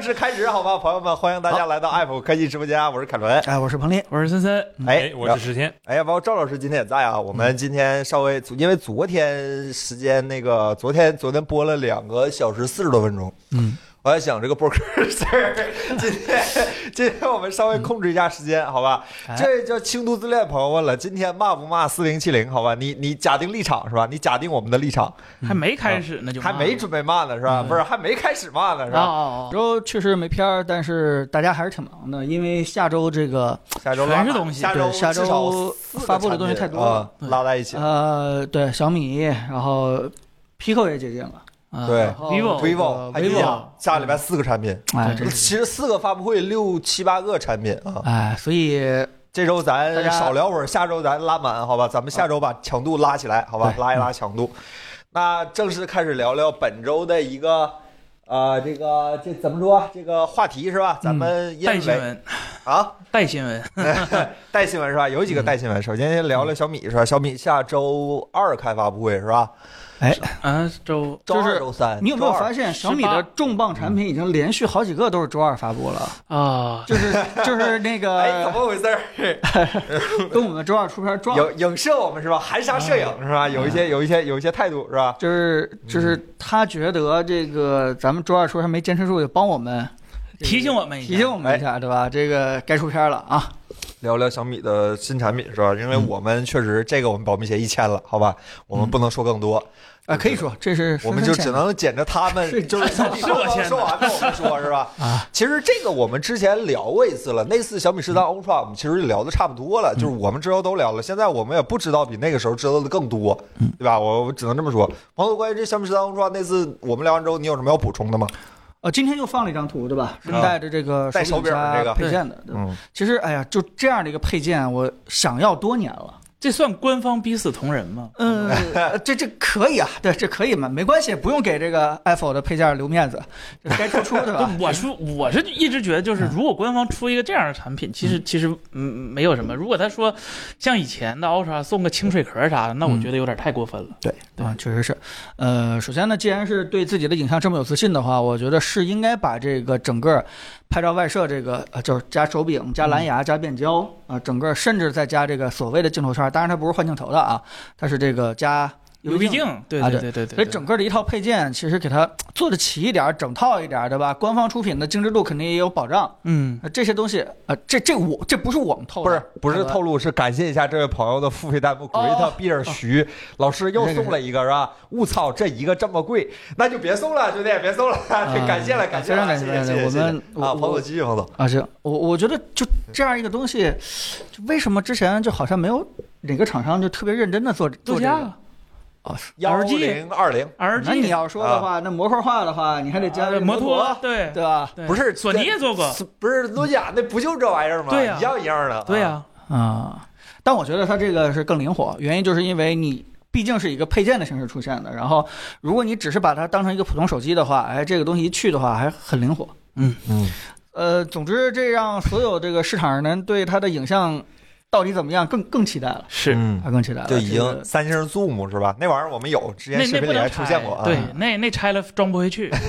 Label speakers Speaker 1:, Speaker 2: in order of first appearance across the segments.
Speaker 1: 式开始，好吗？朋友们，欢迎大家来到 Apple 科技直播间啊，我是凯伦。
Speaker 2: 嗯
Speaker 3: 哎，我是彭林，
Speaker 2: 我是森森，
Speaker 1: 哎，
Speaker 4: 我是石天。
Speaker 1: 哎呀，包括赵老师今天也在啊。我们今天稍微，因为昨天时间那个，昨天昨天播了两个小时四十多分钟，
Speaker 3: 嗯，
Speaker 1: 我在想这个播客事儿。今天今天我们稍微控制一下时间，好吧？
Speaker 3: 哎
Speaker 1: 这叫轻度自恋朋友问了，今天骂不骂四零七零？好吧，你你假定立场是吧？你假定我们的立场，
Speaker 2: 还没开始呢，就
Speaker 1: 还没准备骂呢是吧？
Speaker 3: 嗯
Speaker 1: 不是，还没开始骂呢是吧？
Speaker 2: 啊，
Speaker 3: 然后确实没片儿，但是大家还是挺忙的，因为下周这个
Speaker 1: 下周
Speaker 2: 全是东西
Speaker 1: 下周
Speaker 3: 对下周
Speaker 1: 至少四个
Speaker 3: 发布的东西太多了
Speaker 1: 产品啊拉在一起。
Speaker 3: 呃，对小米，然后 Pico 也解禁了，啊
Speaker 1: 对
Speaker 3: 然后
Speaker 2: vivo
Speaker 3: 这个
Speaker 1: vivo 还一
Speaker 3: vivo，
Speaker 1: 样，下礼拜四个产品，
Speaker 3: 哎，
Speaker 2: 对
Speaker 3: 这
Speaker 2: 对
Speaker 3: 是
Speaker 1: 其实四个发布会六七八个产品啊。
Speaker 3: 哎，所以
Speaker 1: 这周咱
Speaker 3: 大家
Speaker 1: 少聊会儿，下周咱拉满，好吧？咱们下周把强度拉起来，好吧？
Speaker 3: 对
Speaker 1: 拉一拉强度。那正式开始聊聊本周的一个，呃，这个这怎么说？啊这个话题是吧？
Speaker 3: 嗯
Speaker 1: 咱们因
Speaker 2: 带新
Speaker 1: 为
Speaker 2: 闻，
Speaker 1: 啊，
Speaker 2: 带新闻，
Speaker 1: 带新闻是吧？有几个带新闻。首先先聊聊小米是吧？小米下周二开发布会是吧？
Speaker 2: 啊，周
Speaker 1: 周
Speaker 3: 就是
Speaker 1: 二、周三，
Speaker 3: 你有没有
Speaker 1: 周二
Speaker 3: 发现小米的重磅产品已经连续好几个都是周二发布 了？
Speaker 2: 啊，
Speaker 3: 就是就是那
Speaker 1: 哎，怎
Speaker 3: 个
Speaker 1: 么回事儿？
Speaker 3: 跟我们周二出片撞，
Speaker 1: 有影射我们是吧？含沙射影是吧？有一些有一些有一些态度是吧？
Speaker 3: 就是就是
Speaker 1: 嗯
Speaker 3: 他觉得这个咱们周二出片没坚持住，就帮我们
Speaker 2: 提醒我们一下，
Speaker 3: 提醒我们一
Speaker 1: 哎
Speaker 3: 下，对吧？这个该出片了啊！
Speaker 1: 聊聊小米的新产品是吧？因为我们确实这个我们保密协议签了，好吧，我们不能说更多，
Speaker 3: 啊，可以说这是
Speaker 1: 我们就只能捡着他们
Speaker 3: 是
Speaker 1: 就是小米
Speaker 2: 是我
Speaker 1: 官方
Speaker 2: 签的
Speaker 1: 说完的我们说是吧？
Speaker 3: 啊，
Speaker 1: 其实这个我们之前聊过一次了，那次小米十三 Ultra 我们其实聊的差不多了，就是我们知道都聊了，现在我们也不知道比那个时候知道的更多，对吧？我我只能这么说。朋友，关于这小米十三 Ultra 那次我们聊完之后，你有什么要补充的吗？
Speaker 3: 呃，今天又放了一张图，对吧？是
Speaker 1: 啊
Speaker 3: 带着这个
Speaker 1: 带手柄的
Speaker 3: 加
Speaker 1: 这个
Speaker 3: 配件的，对吧？
Speaker 1: 嗯，
Speaker 3: 其实，哎呀，就这样的一个配件，我想要多年了。
Speaker 2: 这算官方逼死同人吗？
Speaker 3: 嗯，呃这这可以啊，对，这可以嘛，没关系，不用给这个 Apple 的配件留面子，这该出出，对吧？
Speaker 2: 就我说，我是一直觉得，
Speaker 3: 嗯
Speaker 2: 就是如果官方出一个这样的产品，其实其实嗯没有什么。如果他说像以前的 Ultra 送个清水壳啥的，那
Speaker 3: 嗯
Speaker 2: 我觉得有点太过分了。
Speaker 3: 对，啊，确实是。呃，首先呢，既然是对自己的影像这么有自信的话，我觉得是应该把这个整个拍照外设这个，呃，就是加手柄、加
Speaker 1: 嗯
Speaker 3: 蓝牙、加变焦啊、整个甚至再加这个所谓的镜头圈，当然它不是换镜头的啊，它是这个加
Speaker 2: 游
Speaker 3: 戏
Speaker 2: 戏镜，对
Speaker 3: 啊
Speaker 2: 对
Speaker 3: 对
Speaker 2: 对
Speaker 3: 所
Speaker 2: 对
Speaker 3: 以整个的一套配件，其实给它做的齐一点儿、整套一点儿，对吧？官方出品的精致度肯定也有保障。
Speaker 2: 嗯，
Speaker 3: 呃这些东西，呃，这这我这不是我们透
Speaker 1: 不
Speaker 3: 的，
Speaker 1: 是不是
Speaker 3: 对吧
Speaker 1: 透露，是感谢一下这位朋友的付费弹幕
Speaker 3: 哦
Speaker 1: Great 比尔徐老师又
Speaker 3: 这个
Speaker 1: 送了一个是 吧？我操，这一个这么贵，那就别送了，兄弟，别送了，
Speaker 3: 啊
Speaker 1: 感谢了，感谢
Speaker 3: 非
Speaker 1: 了，
Speaker 3: 常感谢
Speaker 1: 谢谢
Speaker 3: 我
Speaker 1: 谢谢
Speaker 3: 们我
Speaker 1: 啊，
Speaker 3: 我
Speaker 1: 彭总继续，彭总，
Speaker 3: 啊，行，我我觉得就这样一个东西，就为什么之前就好像没有哪个厂商就特别认真的做做
Speaker 2: 座
Speaker 3: 这个
Speaker 2: 驾？
Speaker 3: 哦，
Speaker 1: 幺
Speaker 2: LG
Speaker 1: 零二零
Speaker 2: RG，
Speaker 3: 那你要说的话，那模块化的话，你还得加这
Speaker 2: 啊摩
Speaker 3: 托
Speaker 2: 托，，对
Speaker 3: 对吧？
Speaker 2: 对
Speaker 1: 不是
Speaker 2: 索尼也做过，
Speaker 1: 不是诺基亚那不就这玩意儿吗？
Speaker 2: 对呀
Speaker 1: 一样一样的，
Speaker 2: 对呀、
Speaker 1: 啊，
Speaker 3: 啊，但我觉得它这个是更灵活，原因就是因为你。毕竟是以一个配件的形式出现的，然后如果你只是把它当成一个普通手机的话，哎，这个东西一去的话还很灵活。
Speaker 1: 嗯，
Speaker 3: 呃，总之这让所有这个市场上人对它的影像到底怎么样更更期待了，
Speaker 2: 是
Speaker 1: 嗯
Speaker 3: 啊，更期待了。
Speaker 1: 就已
Speaker 3: 这个
Speaker 1: 经三星 Zoom 是吧？那玩意儿我们有，之前
Speaker 2: 那
Speaker 1: 视
Speaker 2: 那
Speaker 1: 频
Speaker 2: 不
Speaker 1: 里
Speaker 2: 能
Speaker 1: 还
Speaker 2: 拆
Speaker 1: 出现过啊。
Speaker 2: 对，那那拆了装不回去。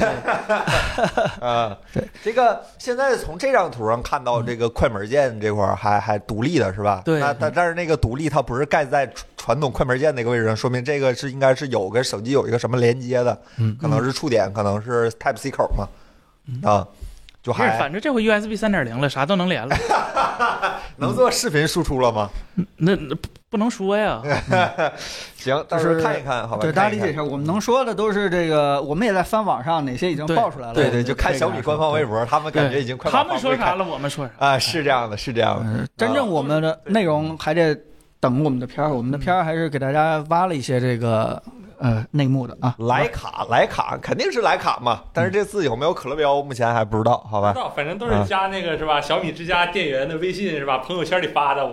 Speaker 1: 啊，
Speaker 3: 对，
Speaker 1: 这个现在从这张图上看到，这个快门键这块儿还还独立的是吧？
Speaker 2: 对
Speaker 1: 那但但是那个独立它不是盖在传传统快门键那个位置上，说明这个是应该是有个手机有一个什么连接的，
Speaker 3: 嗯
Speaker 1: 可能是触点，可能是 Type C 口嘛，啊，就
Speaker 2: 不是，
Speaker 1: 还
Speaker 2: 反正这回 USB 三点零了，啥都能 连了。
Speaker 1: 能做视频输出了吗？
Speaker 2: 那那不不能说呀，
Speaker 1: 行，到
Speaker 3: 就
Speaker 1: 时候
Speaker 3: 是
Speaker 1: 看一看，好吧？
Speaker 3: 对，大家
Speaker 1: 看
Speaker 3: 理
Speaker 1: 一
Speaker 3: 解一
Speaker 1: 看。
Speaker 3: 下，我们能说的都是这个，我们也在翻网上哪些已经
Speaker 2: 对
Speaker 3: 爆出来了。
Speaker 1: 对
Speaker 3: 我
Speaker 1: 对，
Speaker 3: 们
Speaker 1: 就看
Speaker 3: 可以
Speaker 1: 小
Speaker 3: 跟
Speaker 1: 米
Speaker 3: 大家
Speaker 1: 官方微博，他们 感觉
Speaker 2: 对
Speaker 1: 已经快把
Speaker 2: 他们说啥了，我们说啥。
Speaker 1: 啊？是这样的，是这样的。
Speaker 3: 说。呃真正我们的
Speaker 1: 对嗯
Speaker 3: 内容还得等我们的片儿，我们的片儿还是给大家挖了一些这个呃内幕的啊。
Speaker 1: 徕卡，徕卡肯定是徕卡嘛，但是这次有没有可乐标，目前还不知道，好
Speaker 4: 不
Speaker 1: 吧
Speaker 4: 知？道，反正都
Speaker 1: 啊
Speaker 4: 是加那个是吧？小米之家店员的微信是吧？朋友圈里发的，我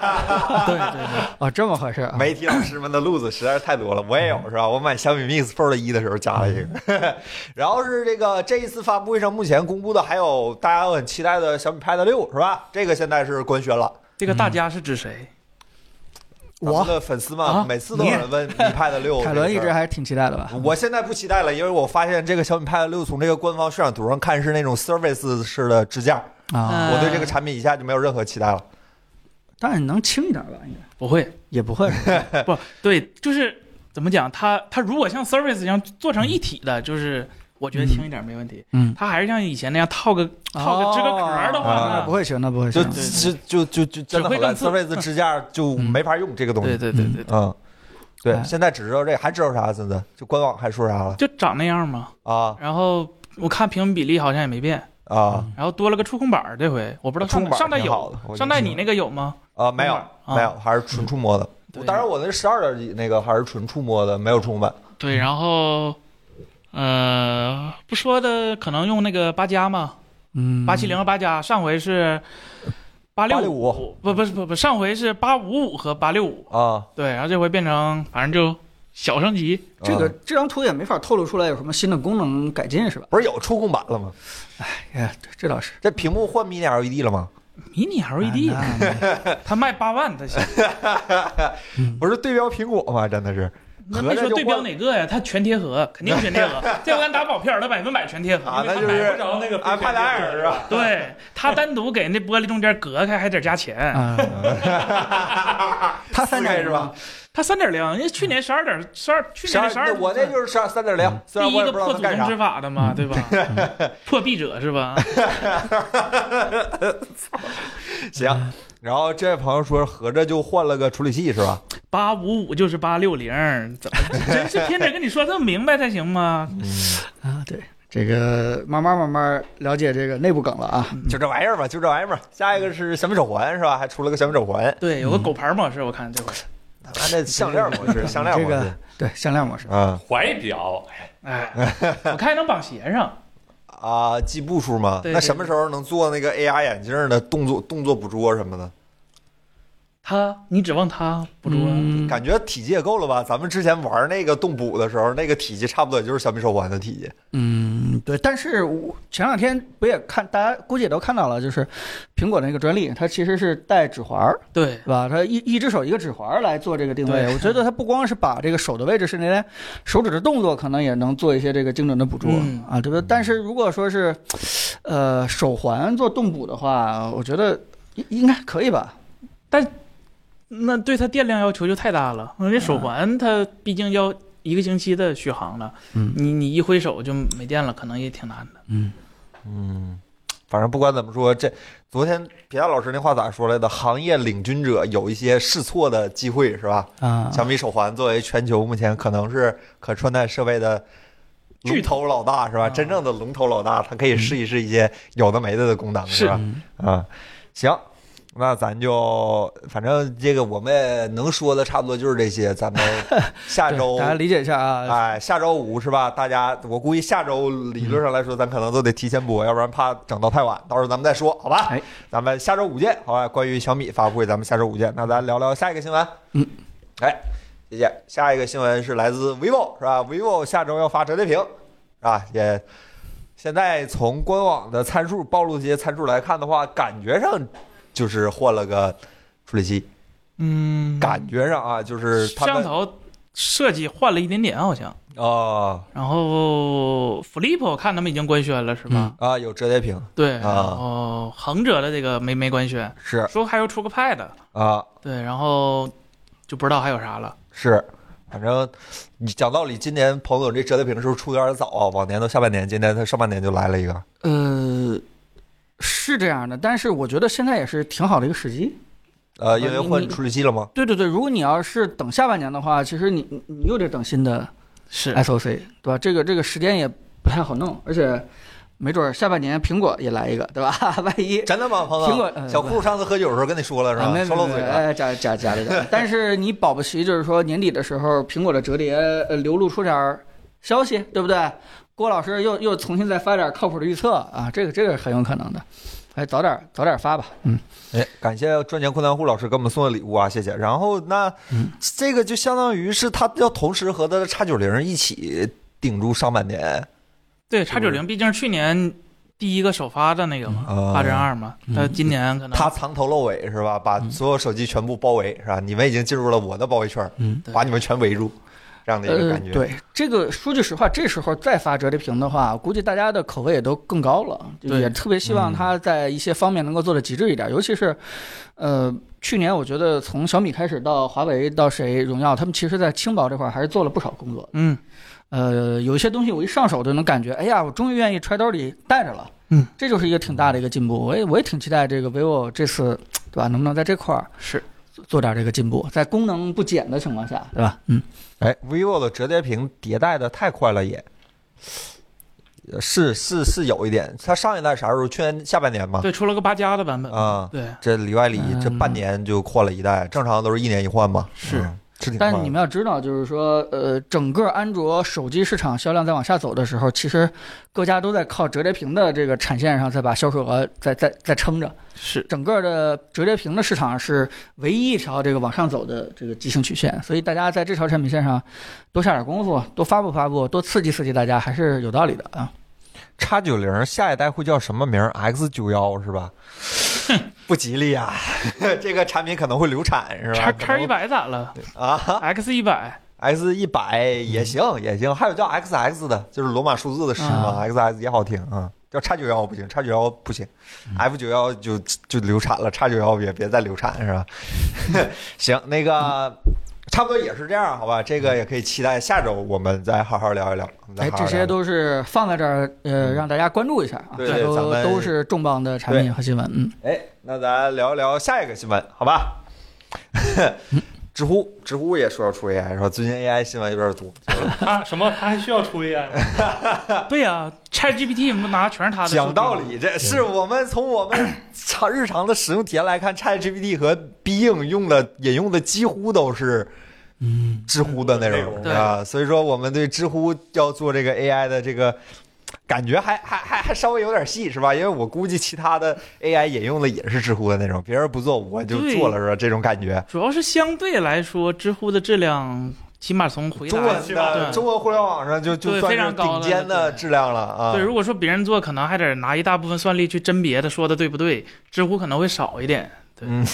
Speaker 2: 对对对，
Speaker 3: 哦，这么回事啊？
Speaker 1: 媒体老师们的路子实在是太多了，我也
Speaker 3: 嗯
Speaker 1: 有是吧？我买小米 Mix Fold 一的时候加了一个， 然后是这个这一次发布会上目前公布的还有大家都很期待的小米 Pad 六是吧？这个现在是官宣了，
Speaker 2: 这个大家是指谁？
Speaker 1: 咱们
Speaker 3: 我
Speaker 1: 的粉丝
Speaker 3: 啊
Speaker 1: 们每次都有人问米 Pad 六，
Speaker 3: 凯伦一直还是挺期待的吧？
Speaker 1: 我现在不期待了，因为我发现这个小米 Pad 六从这个官方渲染图上看是那种 Surface 式的支架，
Speaker 3: 啊，
Speaker 2: 嗯
Speaker 1: 我对这个产品一下就没有任何期待了。
Speaker 3: 但是能轻一点吧？应该
Speaker 2: 不会，
Speaker 3: 也不 会。
Speaker 2: 不对，就是怎么讲，它它如果像 Service 一样做成一体的，就是我觉得轻一点没问题。
Speaker 3: 嗯，
Speaker 2: 它还是像以前那样套个套
Speaker 3: 哦
Speaker 2: 个支个壳儿的
Speaker 1: 啊
Speaker 2: 话
Speaker 3: 那不，会行，那不会
Speaker 1: 就
Speaker 3: 行。
Speaker 1: 就就就就真的很烂
Speaker 2: 只会
Speaker 1: ，Surface 支架就没法用这个东
Speaker 2: 嗯对
Speaker 1: 西。
Speaker 2: 对对对对，
Speaker 1: 嗯，对，
Speaker 3: 哎
Speaker 1: 现在只知道这个，还知道啥？现在就官网还说啥了
Speaker 2: 就长那样嘛。
Speaker 1: 啊
Speaker 2: 然后我看屏幕比例好像也没变，
Speaker 1: 啊？
Speaker 2: 然后多了个触控板儿这回，我不知道
Speaker 1: 触
Speaker 2: 上
Speaker 1: 控板
Speaker 2: 上代
Speaker 1: 挺好
Speaker 2: 有
Speaker 1: 的我觉得
Speaker 2: 上代你那个有吗？
Speaker 1: 啊，没有
Speaker 2: 触控板
Speaker 1: 没，有
Speaker 2: 啊，嗯
Speaker 1: 还是纯触摸的。
Speaker 2: 对
Speaker 1: 当然，我那十二点几那个还是纯触摸的，没有触摸板。
Speaker 2: 对，然后。呃，不说的，可能用那个八加嘛，
Speaker 3: 嗯，
Speaker 2: 八七零和八加，上回是八六
Speaker 1: 865，
Speaker 2: 不不是不不，上回是八五五和八六五，
Speaker 1: 啊，
Speaker 2: 对，然后这回变成反正就小升级，
Speaker 3: 嗯这个
Speaker 1: 啊
Speaker 3: 这张图也没法透露出来有什么新的功能改进是吧？
Speaker 1: 不是有触控板了吗？
Speaker 3: 哎，这这倒是。
Speaker 1: 这屏幕换 Mini LED E 了吗？
Speaker 2: 迷你 LED，
Speaker 3: 啊 那
Speaker 2: 它哎卖八万，它行。
Speaker 1: 不是对标苹果吗？真的 是，
Speaker 2: 那
Speaker 1: 合
Speaker 2: 没
Speaker 1: 着
Speaker 2: 说
Speaker 1: 就
Speaker 2: 对标
Speaker 1: 换
Speaker 2: 哪个呀？它全贴合，肯定全 贴合。这回咱打保票，它百分百全贴合。
Speaker 1: 啊
Speaker 2: 因为
Speaker 1: 那
Speaker 2: 它
Speaker 1: 就
Speaker 2: 买
Speaker 1: 是
Speaker 4: 买不着那个
Speaker 1: 啊帕达尔是吧？
Speaker 2: 对，它单独给那玻璃中间隔开还得加钱。
Speaker 3: 啊，他三点
Speaker 1: 是吧？？
Speaker 2: 它三点零，人家去年十二点十二，去
Speaker 1: 十
Speaker 2: 年
Speaker 1: 二
Speaker 2: 的十二，嗯
Speaker 1: 我那就是十二三点零，虽
Speaker 2: 第
Speaker 1: 然我也
Speaker 2: 一个
Speaker 1: 不知道
Speaker 2: 破
Speaker 1: 它
Speaker 2: 祖
Speaker 1: 干
Speaker 2: 宗
Speaker 1: 啥
Speaker 2: 之。法的嘛，对吧？ 破壁者是吧？
Speaker 1: 行，然后这位朋友说，合着就换了个处理器是吧？
Speaker 2: 八五五就是八六零，怎么真是偏得跟你说这么明白才行吗？
Speaker 3: 啊，对，这个慢慢慢慢了解这个内部梗了啊。
Speaker 1: 就这玩意儿吧，就这玩意儿吧。下一个是小米手环是吧？还出了个小米手环，
Speaker 2: 对，有个狗牌模式，我看这回，
Speaker 1: 他妈的项链模式，项链
Speaker 3: 这
Speaker 1: 模
Speaker 3: 个
Speaker 1: 式
Speaker 3: 对项链模式，
Speaker 1: 嗯啊
Speaker 4: 怀表，哎
Speaker 2: 哎，我看还能绑鞋上，
Speaker 1: 啊，记步数吗？
Speaker 2: 对对
Speaker 1: 那什么时候能做那个 AR 眼镜的动作动作捕捉什么的？
Speaker 2: 他你指望他不着啊？
Speaker 3: 嗯
Speaker 1: 感觉体积也够了吧？咱们之前玩那个动捕的时候，那个体积差不多也就是小米手环的体积。
Speaker 3: 嗯，对，但是我前两天不也看，大家估计也都看到了，就是苹果的那个专利，它其实是带指环儿，
Speaker 2: 对
Speaker 3: 对吧？它一一只手一个指环儿来做这个定位。
Speaker 2: 对
Speaker 3: 我觉得它不光是把这个手的位置，甚至连手指的动作可能也能做一些这个精准的捕捉、
Speaker 2: 嗯
Speaker 3: 啊，对不对？但是如果说是，呃，手环做动捕的话，我觉得应应该可以吧？
Speaker 2: 那对它电量要求就太大了。人家手环它毕竟要一个星期的续航了，
Speaker 3: 嗯
Speaker 2: 你你一挥手就没电了，可能也挺难的。
Speaker 3: 嗯，
Speaker 1: 嗯，反正不管怎么说，这昨天皮亚老师那话咋说来的？行业领军者有一些试错的机会是吧？
Speaker 3: 啊，
Speaker 1: 小米手环作为全球目前可能是可穿戴设备的龙
Speaker 2: 巨
Speaker 1: 头老大是吧？
Speaker 2: 啊
Speaker 3: 嗯
Speaker 1: 真正的龙头老大，它可以试一试一些有的没的的功能
Speaker 2: 是
Speaker 1: 吧？
Speaker 3: 嗯
Speaker 1: 啊，行。那咱就反正这个我们能说的差不多就是这些，咱们下
Speaker 3: 对
Speaker 1: 周
Speaker 3: 大家理解一下
Speaker 2: 呃
Speaker 3: 啊。
Speaker 1: 哎，下周五是吧？大家，我估计下周理论上来说，咱可能都得提前播，要不然怕整到太晚。到时候咱们再说，好吧？
Speaker 3: 哎，
Speaker 1: 咱们下周五见，好吧？关于小米发布会，咱们下周五见。那咱聊聊下一个新闻。
Speaker 3: 嗯，
Speaker 1: 哎，谢谢。下一个新闻是来自 vivo 是吧？vivo 下周要发折叠屏，是吧？也现在从官网的参数暴露这些参数来看的话，感觉上就是换了个处理器，
Speaker 2: 嗯，
Speaker 1: 感觉上啊，就是他
Speaker 2: 摄像
Speaker 1: 们
Speaker 2: 头设计换了一点点好像，
Speaker 1: 哦
Speaker 2: 然后 Flip 我看他们已经官宣了是吧？
Speaker 1: 啊有折叠屏
Speaker 2: 对，
Speaker 1: 啊
Speaker 2: 然后横着的这个没没官宣，
Speaker 1: 是
Speaker 2: 说还要出个 Pad。
Speaker 1: 啊。
Speaker 2: 对，然后就不知道还有啥了。
Speaker 1: 是，反正你讲道理，今年彭总这折叠屏是不是出的有点早啊？往年都下半年，今年他上半年就来了一个
Speaker 3: 呃，是这样的，但是我觉得现在也是挺好的一个时机。
Speaker 1: 呃，因为
Speaker 3: 呃你
Speaker 1: 换
Speaker 3: 你
Speaker 1: 处理器了吗？
Speaker 3: 对对对，如果你要是等下半年的话，其实你你你又得等新的
Speaker 2: 是
Speaker 3: SOC，对吧？这个这个时间也不太好弄，而且没准儿下半年苹果也来一个，对吧？ 万一
Speaker 1: 真的吗，彭
Speaker 3: 苹果
Speaker 1: 总？
Speaker 3: 呃
Speaker 1: 小库上次喝酒的时候跟你说了是
Speaker 3: 啊
Speaker 1: 吧？
Speaker 3: 没
Speaker 1: 说
Speaker 3: 没
Speaker 1: 漏
Speaker 3: 没
Speaker 1: 嘴了
Speaker 3: 哎，假假假的假的。但是你保不齐就是说年底的时候，苹果的折叠呃流露出点儿消息，对不对？郭老师又又重新再发点儿靠谱的预测啊，这个这个很有可能的。哎，早点早点发吧，嗯。
Speaker 1: 哎，感谢赚钱困难户老师给我们送的礼物啊，谢谢。然后那、
Speaker 3: 嗯
Speaker 1: 这个就相当于是他要同时和他的叉九零一起顶住上半年，
Speaker 2: 对，叉九零毕竟去年第一个首发的那个嘛，
Speaker 1: 啊
Speaker 2: 八针二嘛，
Speaker 5: 嗯
Speaker 2: 他今年可能
Speaker 1: 他藏头露尾是吧？
Speaker 3: 嗯
Speaker 1: 把所有手机全部包围是吧？你们已经进入了我的包围圈儿，
Speaker 5: 嗯
Speaker 2: 对
Speaker 1: 把你们全围住，这样的一个
Speaker 3: 呃
Speaker 1: 感，觉。
Speaker 3: 对这个，说句实话，这时候再发折叠屏的话，估计大家的口味也都更高了，
Speaker 2: 对
Speaker 3: 也特别希
Speaker 1: 嗯
Speaker 3: 望它在一些方面能够做的极致一点，尤其是，呃，去年我觉得从小米开始到华为到谁荣耀，他们其实在轻薄这块儿还是做了不少工作。
Speaker 2: 嗯
Speaker 3: 呃，有一些东西我一上手就能感觉，哎呀，我终于愿意揣兜里带着了。
Speaker 2: 嗯，
Speaker 3: 这就是一个挺大的一个进步。我也我也挺期待这个 vivo 这次，对吧？能不能在这块儿
Speaker 2: 是
Speaker 3: 做点这个进步，在功能不减的情况下，对吧？嗯，
Speaker 1: 哎，vivo 的折叠屏迭代的太快了也，呃是是是有一点。它上一代啥时候？去年下半年嘛。
Speaker 2: 对，出了个八加的版本，
Speaker 1: 啊、
Speaker 2: 对，
Speaker 1: 这里外里这
Speaker 3: 嗯
Speaker 1: 半年就换了一代，正常都是一年一换嘛。
Speaker 2: 是
Speaker 1: 嗯，是挺快
Speaker 3: 但
Speaker 1: 的。
Speaker 3: 是你们要知道，就是说，呃，整个安卓手机市场销量在往下走的时候，其实各家都在靠折叠屏的这个产线上再把销售额再再再撑着。
Speaker 2: 是
Speaker 3: 整个的折叠屏的市场是唯一一条这个往上走的这个极性曲线，所以大家在这条产品线上多下点功夫，多发布发布，多刺激刺激大家，还是有道理的啊。
Speaker 1: X 九零下一代会叫什么名？X 九幺是 吧？不吉利啊， 这个产品可能会流产是吧？啊
Speaker 2: 叉
Speaker 1: 可
Speaker 2: 叉
Speaker 1: 能
Speaker 2: 一百咋了
Speaker 1: 啊
Speaker 2: ？X 一百
Speaker 1: ，X 一百也行
Speaker 3: 嗯
Speaker 1: 也行，还有叫 XX 的，就是罗马数字的十嘛、x x 也好听啊。叫 X 九幺不行，X 九幺不行，F
Speaker 3: 嗯
Speaker 1: 九幺就就流产了，X 九幺也别再流产是吧？ 行，那个差不多也是这样，好吧？这个也可以期待下周我们再好好聊一聊。我们再
Speaker 3: 哎，
Speaker 1: 好好
Speaker 3: 这
Speaker 1: 聊一聊
Speaker 3: 些都是放在这儿，呃，让大家关注一下啊，
Speaker 1: 对
Speaker 3: 下
Speaker 1: 咱
Speaker 3: 周
Speaker 1: 们
Speaker 3: 都是重磅的产品和新闻，嗯。
Speaker 1: 哎，那咱聊一聊下一个新闻，好吧？
Speaker 3: 嗯
Speaker 1: 知乎，知乎也说要出 AI，说最近 AI 新闻有点多，
Speaker 4: 他什么？他还需要啊出 AI？
Speaker 2: 对啊呀，ChatGPT 不拿全是他的数据吗，
Speaker 1: 讲道理，这是我们从我们常日常的使用体验来看，ChatGPT 和 Bing 用的引用的几乎都是
Speaker 5: 嗯，
Speaker 1: 知乎的内容、
Speaker 2: 对
Speaker 1: 啊，所以说我们对知乎要做这个 AI 的这个感觉还还还还稍微有点细是吧？因为我估计其他的 AI 引用的也是知乎的内容，别人不做我就
Speaker 2: 对
Speaker 1: 做了是吧？这种感觉。
Speaker 2: 主要是相对来说，知乎的质量起码从回答
Speaker 1: 中文的
Speaker 2: 对
Speaker 1: 中文互联网上就就
Speaker 2: 对
Speaker 1: 算
Speaker 2: 非
Speaker 1: 是
Speaker 2: 常高
Speaker 1: 顶
Speaker 2: 的
Speaker 1: 尖的
Speaker 2: 对
Speaker 1: 质量了啊。
Speaker 2: 对，如果说别人做，可能还得拿一大部分算力去甄别他说的对不对，知乎可能会少一点。
Speaker 1: 嗯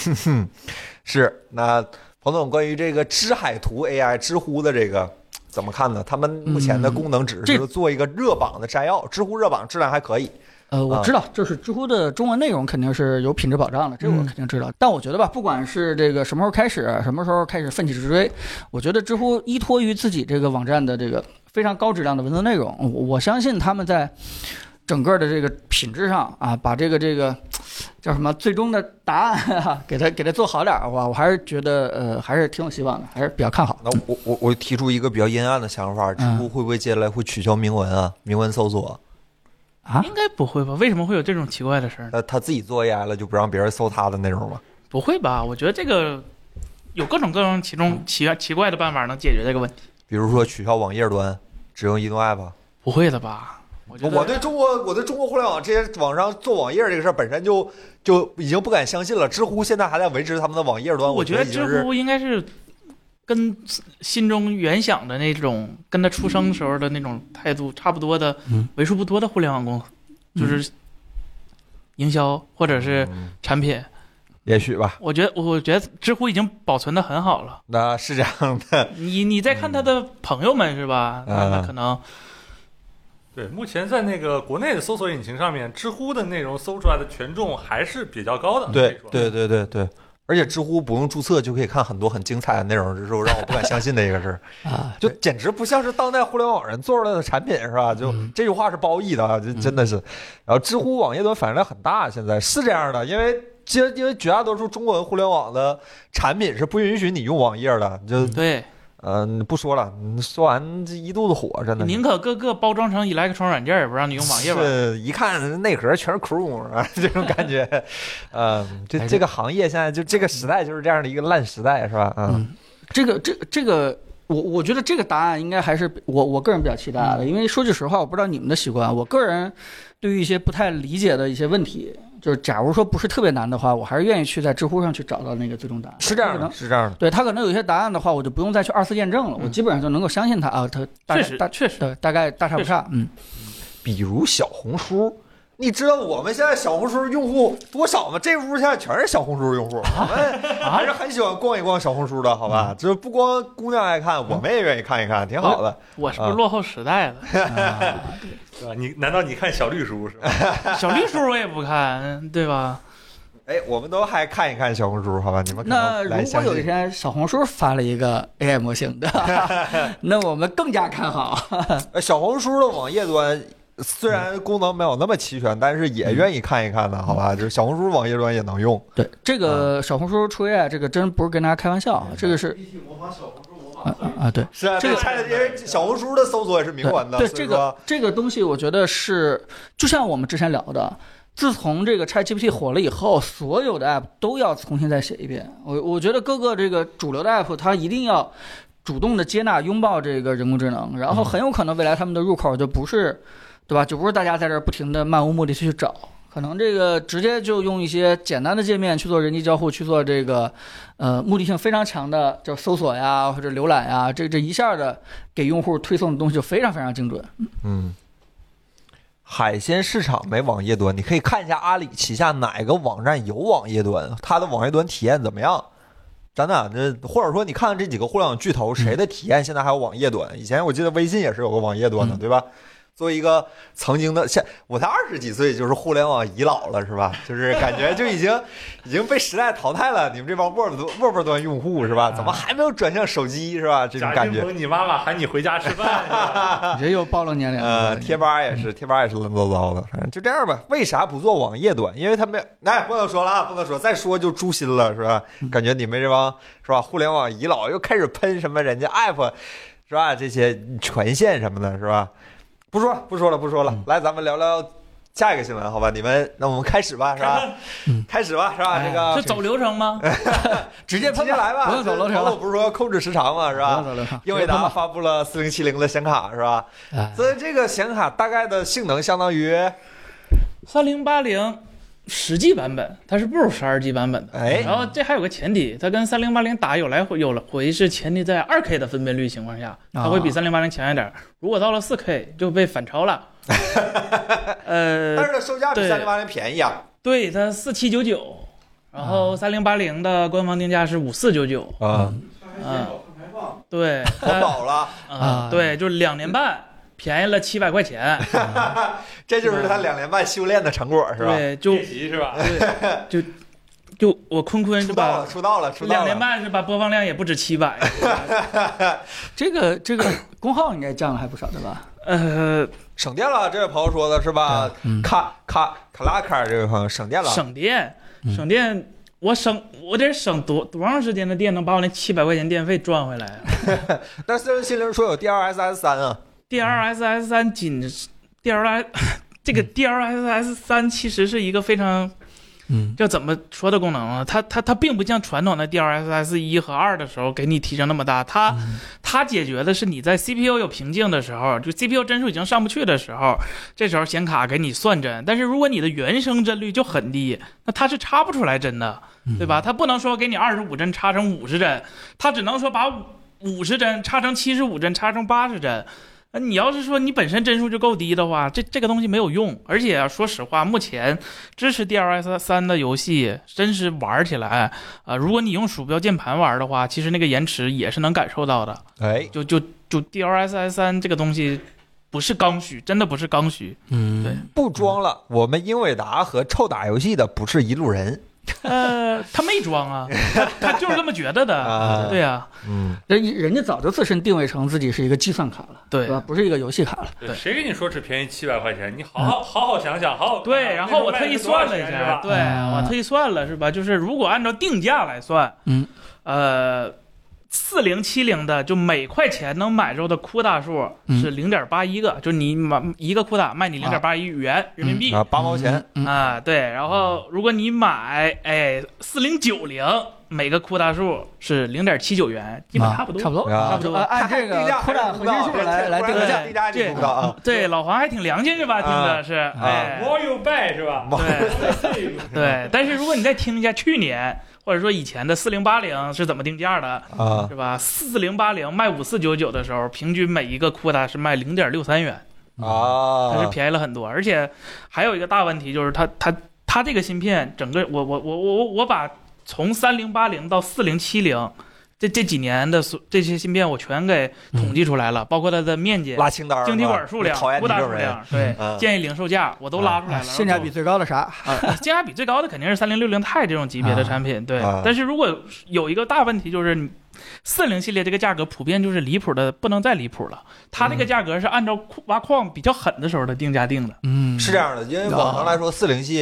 Speaker 1: 是那彭总关于这个知海图 AI 知乎的这个怎么看呢？他们目前的功能只
Speaker 3: 这
Speaker 1: 是做一个热榜的摘要，知乎热榜质量还可以。
Speaker 3: 呃，我
Speaker 1: 啊
Speaker 3: 知道，就是知乎的中文内容肯定是有品质保障的，这个我
Speaker 2: 嗯
Speaker 3: 肯定知道。但我觉得吧，不管是这个什么时候开始，什么时候开始奋起直追，我觉得知乎依托于自己这个网站的这个非常高质量的文字内容，我我相信他们在整个的这个品质上啊，把这个这个叫什么最终的答案啊，给它给它做好点儿，我我还是觉得呃还是挺有希望的，还是比较看好。
Speaker 1: 那我我我提出一个比较阴暗的想法，知乎会不会接下来会取消明文啊？明文搜索，
Speaker 3: 啊
Speaker 2: 应该不会吧？为什么会有这种奇怪的事儿呢？
Speaker 1: 那他自己做 AI 了就不让别人搜他的内容了？
Speaker 2: 不会吧？我觉得这个有各种各种其中奇奇怪的办法能解决这个问题。
Speaker 1: 比如说取消网页端，只用移动 app。啊
Speaker 2: 不会的吧？我觉得
Speaker 1: 我对中国，我对中国互联网这些网上做网页这个事儿本身就就已经不敢相信了。知乎现在还在维持他们的网页端，
Speaker 2: 我
Speaker 1: 觉
Speaker 2: 觉
Speaker 1: 得
Speaker 2: 得
Speaker 1: 已经
Speaker 2: 知
Speaker 1: 是
Speaker 2: 乎应该是跟心中原想的那种，跟他出生时候的那种态度差不多的
Speaker 5: 嗯，
Speaker 2: 为数不多的互联网公司，就是营销或者是
Speaker 1: 嗯
Speaker 2: 产品。
Speaker 1: 也许吧。
Speaker 2: 我觉得，我觉得知乎已经保存的很好了。
Speaker 1: 那是这样的，
Speaker 2: 你你再看他的朋友们是吧？那那
Speaker 1: 嗯
Speaker 2: 可能
Speaker 4: 对，目前在那个国内的搜索引擎上面，知乎的内容搜出来的权重还是比较高 的。
Speaker 1: 对
Speaker 4: 可以说
Speaker 1: 对对对对，而且知乎不用注册就可以看很多很精彩的内容，这是我让我不敢相信的一个事儿，
Speaker 5: 啊，
Speaker 1: 就简直不像是当代互联网人做出来的产品是吧？就这句话是褒义的啊，这真的是。然后知乎网页端反应量很大，现在是这样的，因为其实因为绝大多数中文互联网的产品是不允许你用网页的，就
Speaker 2: 对，
Speaker 1: 嗯，不说了，你说完这一肚子火，真的是。
Speaker 2: 宁可各个包装成 Electron 软件，也不让你用网页吧。
Speaker 1: 是一看内核全是 Chrome 啊， 这种感觉，嗯，这
Speaker 5: 哎
Speaker 1: 这个行业现在就这个时代就是这样的一个烂时代，是吧？嗯，
Speaker 3: 这个这这个，我我觉得这个答案应该还是我我个人比较期待的，因为说句实话，我不知道你们的习惯，我个人对于一些不太理解的一些问题，就是假如说不是特别难的话，我还是愿意去在知乎上去找到那个最终答案。
Speaker 1: 是这样
Speaker 3: 可能
Speaker 1: 的，是这样的。
Speaker 3: 对他可能有一些答案的话，我就不用再去二次验证了，我基本上就能够相信他啊，他大
Speaker 2: 确
Speaker 3: 概
Speaker 2: 实
Speaker 3: 大
Speaker 2: 确实
Speaker 3: 对大概大差不差，嗯，
Speaker 1: 比如小红书，你知道我们现在小红书用户多少吗？这屋现在全是小红书用户，我们还是很喜欢逛一逛小红书的，好吧？就是不光姑娘爱看，我们也愿意看一看，挺好的。
Speaker 2: 我是不是落后时代了？
Speaker 4: 对吧？你难道你看小绿书是吧？
Speaker 2: 小绿书我也不看，对吧？
Speaker 1: 哎，我们都还看一看小红书，好吧？你们可
Speaker 3: 那
Speaker 1: 能
Speaker 3: 如
Speaker 1: 来
Speaker 3: 果
Speaker 1: 相
Speaker 3: 有一
Speaker 1: 信。
Speaker 3: 天小红书发了一个 AI 模型 的，那我们更加看好。
Speaker 1: 呃小红书的网页端虽
Speaker 3: 嗯
Speaker 1: 然功能没有那么齐全，但是也愿意看一看的，好吧？就是小红书网页端也能用。
Speaker 3: 对，这个小红书出 AI 这个真不是跟大家开玩笑，这个是啊啊啊对。
Speaker 1: 是啊，
Speaker 3: 这个
Speaker 1: 差因为小红书的搜索也是明文的，
Speaker 3: 对
Speaker 1: 所
Speaker 3: 这
Speaker 1: 以
Speaker 3: 个
Speaker 1: 说
Speaker 3: 这个东西，我觉得是就像我们之前聊的，自从这个 ChatGPT 火了以后，所有的 app 都要重新再写一遍。我我觉得各个这个主流的 app 它一定要主动的接纳拥抱这个人工智能，然
Speaker 1: 嗯
Speaker 3: 后很有可能未来他们的入口就不是，对吧？就不是大家在这儿不停的漫无目的地去找。可能这个直接就用一些简单的界面去做人机交互，去做这个，呃，目的性非常强的，就是搜索呀或者浏览呀，这这一下的给用户推送的东西就非常非常精准。
Speaker 1: 嗯，海鲜市场没网页端，你可以看一下阿里旗下哪个网站有网页端，它的网页端体验怎么样？咱俩这或者说你看看这几个互联网巨头谁的体验现在还有网页端？以前我记得微信也是有个网页端的，对吧？作为一个曾经的，现我才二十几岁，就是互联网遗老了，是吧？就是感觉就已经已经被时代淘汰了。你们这帮 Word 端 Word 端用户是吧？怎么还没有转向手机是 吧？这种
Speaker 4: 贾
Speaker 1: 感
Speaker 4: 金
Speaker 1: 觉。
Speaker 4: 鹏，你妈妈喊你回家吃饭是 吧，
Speaker 3: 你这又暴露年龄了。
Speaker 1: 啊呃，贴吧也是，
Speaker 3: 嗯
Speaker 1: 贴吧也是乱糟糟的，反正就这样吧。为啥不做网页端？因为他们哎，不能说了啊，不能说，再说就诛心了，是吧？
Speaker 3: 嗯
Speaker 1: 感觉你们这帮是吧，互联网遗老又开始喷什么人家 app 是吧？这些权限什么的，是吧？不说了，不说了，不说了，
Speaker 3: 嗯
Speaker 1: 来，咱们聊聊。下一个新闻，好吧，你们那我们开始吧，是吧？开始吧，是吧？
Speaker 3: 哎
Speaker 1: 这个
Speaker 2: 是走流程吗？
Speaker 1: 直接直接来吧，
Speaker 3: 不用走楼梯了
Speaker 1: 我不是说控制时长嘛，是
Speaker 3: 不要
Speaker 1: 吧？
Speaker 3: 走流程，
Speaker 1: 英伟达发布了四零七零的显卡，是吧？
Speaker 3: 哎
Speaker 1: 所以这个显卡大概的性能相当于，
Speaker 2: 三零八零十 G 版本，它是不如十二 G 版本的。
Speaker 1: 哎，
Speaker 2: 然后这还有个前提，它跟三零八零打有来回有了回是前提在二 K 的分辨率情况下，它会比
Speaker 1: 啊
Speaker 2: 三零八零强一点儿。如果到了四 K 就被反 超了。
Speaker 1: 但
Speaker 2: 呃，
Speaker 1: 是它售价比
Speaker 2: 对
Speaker 1: 三零八零便宜啊。
Speaker 2: 对，它四七九九，然后三零八零的官方定价是五四九九，
Speaker 1: 啊，
Speaker 2: 嗯，对，
Speaker 1: 投
Speaker 2: 它
Speaker 1: 保了，
Speaker 2: 啊，对，就两年半，便宜了七百块钱，
Speaker 1: 这就是他两年半修炼的成果，是吧？
Speaker 2: 对，就
Speaker 4: 练习是吧？
Speaker 2: 对，就就我坤坤
Speaker 1: 出
Speaker 2: 是
Speaker 1: 道
Speaker 2: 吧
Speaker 1: 了，？出道了，出
Speaker 2: 两
Speaker 1: 道
Speaker 2: 年
Speaker 1: 了。
Speaker 2: 半是吧？播放量也不止七 百，
Speaker 3: 这个这 个功耗应该降了还不少对吧？
Speaker 2: 呃，
Speaker 1: 省电了，这位朋友说的是吧？卡卡卡拉卡，这位朋友省电了。
Speaker 2: 省电，
Speaker 1: 嗯
Speaker 2: 省电，我省我得省多多长时间的电能把我那七百块钱电费赚回来啊
Speaker 1: 但四零七零说有 DLSS 三啊，
Speaker 2: ？DLSS 三仅 DLS 这个 DLSS 三其实是一个非常。
Speaker 3: 嗯，
Speaker 2: 这怎么说的功能啊？它它它并不像传统的 DLSS 一和二的时候给你提升那么大，它、它解决的是你在 CPU 有瓶颈的时候，就 CPU 帧数已经上不去的时候，这时候显卡给你算帧。但是如果你的原生帧率就很低，那它是插不出来帧的，对吧？它不能说给你二十五帧插成五十帧，它只能说把五十帧插成七十五帧，插成八十帧。那你要是说你本身帧数就够低的话，这这个东西没有用。而且、啊、说实话，目前支持 DLSS 三的游戏，真是玩起来啊、呃如果你用鼠标键盘玩的话，其实那个延迟也是能感受到的。
Speaker 1: 哎，
Speaker 2: 就就就 DLSS 三这个东西，不是刚需，真的不是刚需。
Speaker 3: 嗯
Speaker 2: 对
Speaker 1: 不装了。我们英伟达和臭打游戏的不是一路人
Speaker 2: 呃，他没装啊，他他就是这么觉得的。
Speaker 1: 啊。
Speaker 2: 对，呀、
Speaker 1: 嗯，
Speaker 3: 人人家早就自身定位成自己是一个计算卡了，
Speaker 2: 对
Speaker 3: 对吧？不是一个游戏卡了。
Speaker 4: 对谁给你说只便宜七百块钱？你好好好好想想，好 好看看
Speaker 2: 对，然后我
Speaker 4: 那
Speaker 2: 特
Speaker 4: 个卖
Speaker 2: 意
Speaker 4: 的多少
Speaker 2: 算了一
Speaker 4: 钱
Speaker 2: 下，
Speaker 4: 是吧
Speaker 2: 对
Speaker 3: 啊
Speaker 2: 我特意算了是吧？就是如果按照定价来算，
Speaker 3: 嗯，
Speaker 2: 呃，四零七零的就每块钱能买着的库打数
Speaker 3: 嗯
Speaker 2: 是零点八一个，就你买一个库打卖你零点八一元人民币
Speaker 1: 啊，八毛钱，
Speaker 3: 嗯
Speaker 2: 啊，对，然后如果你买哎四零九零。每个库大数是零点七九元，基本
Speaker 3: 啊
Speaker 2: 差不多，
Speaker 3: 差不多，
Speaker 1: 啊
Speaker 3: 差不多。
Speaker 2: 啊
Speaker 3: 按按这
Speaker 1: 定
Speaker 3: 个
Speaker 1: 价
Speaker 3: 扩展核心数来来定
Speaker 2: 定
Speaker 3: 价
Speaker 2: 价。
Speaker 1: 定价你不知道啊。
Speaker 2: 对，老黄还挺良心是吧？听
Speaker 1: 啊
Speaker 2: 着是，哎，
Speaker 4: ，More you buy 是吧？
Speaker 2: 对， 对，但是如果你再听一下去年或者说以前的四零八零是怎么定价的，
Speaker 1: 啊，
Speaker 2: 是吧？四零八零卖五四九九的时候，平均每一个库达是卖零点六三元，
Speaker 1: 啊，
Speaker 2: 它是便宜了很多。而且还有一个大问题就是它它它这个芯片整个我我我我我把从三零八零到四零七零。这这几年的所这些芯片我全给统计出来了，包括它的面积、
Speaker 1: 嗯拉清单儿
Speaker 2: 晶体
Speaker 1: 嘛
Speaker 2: 管数
Speaker 1: 我
Speaker 2: 量、
Speaker 1: 讨厌
Speaker 2: 固
Speaker 1: 你
Speaker 2: 打
Speaker 1: 这
Speaker 2: 数
Speaker 1: 种人。
Speaker 2: 量，对
Speaker 1: 嗯
Speaker 2: 建议零售价我都拉出来
Speaker 3: 啊，
Speaker 2: 了。
Speaker 3: 性价比最高的啥？
Speaker 2: 啊， 性价比最高的肯定是三零六零钛这种级别的产品，对
Speaker 1: 啊。
Speaker 2: 但是如果有一个大问题就是，四零系列这个价格普遍就是离谱的不能再离谱了，它
Speaker 1: 嗯
Speaker 2: 这个价格是按照库挖矿比较狠的时候的定价定的，
Speaker 3: 嗯，
Speaker 1: 是这样的，因为往常来说，四零系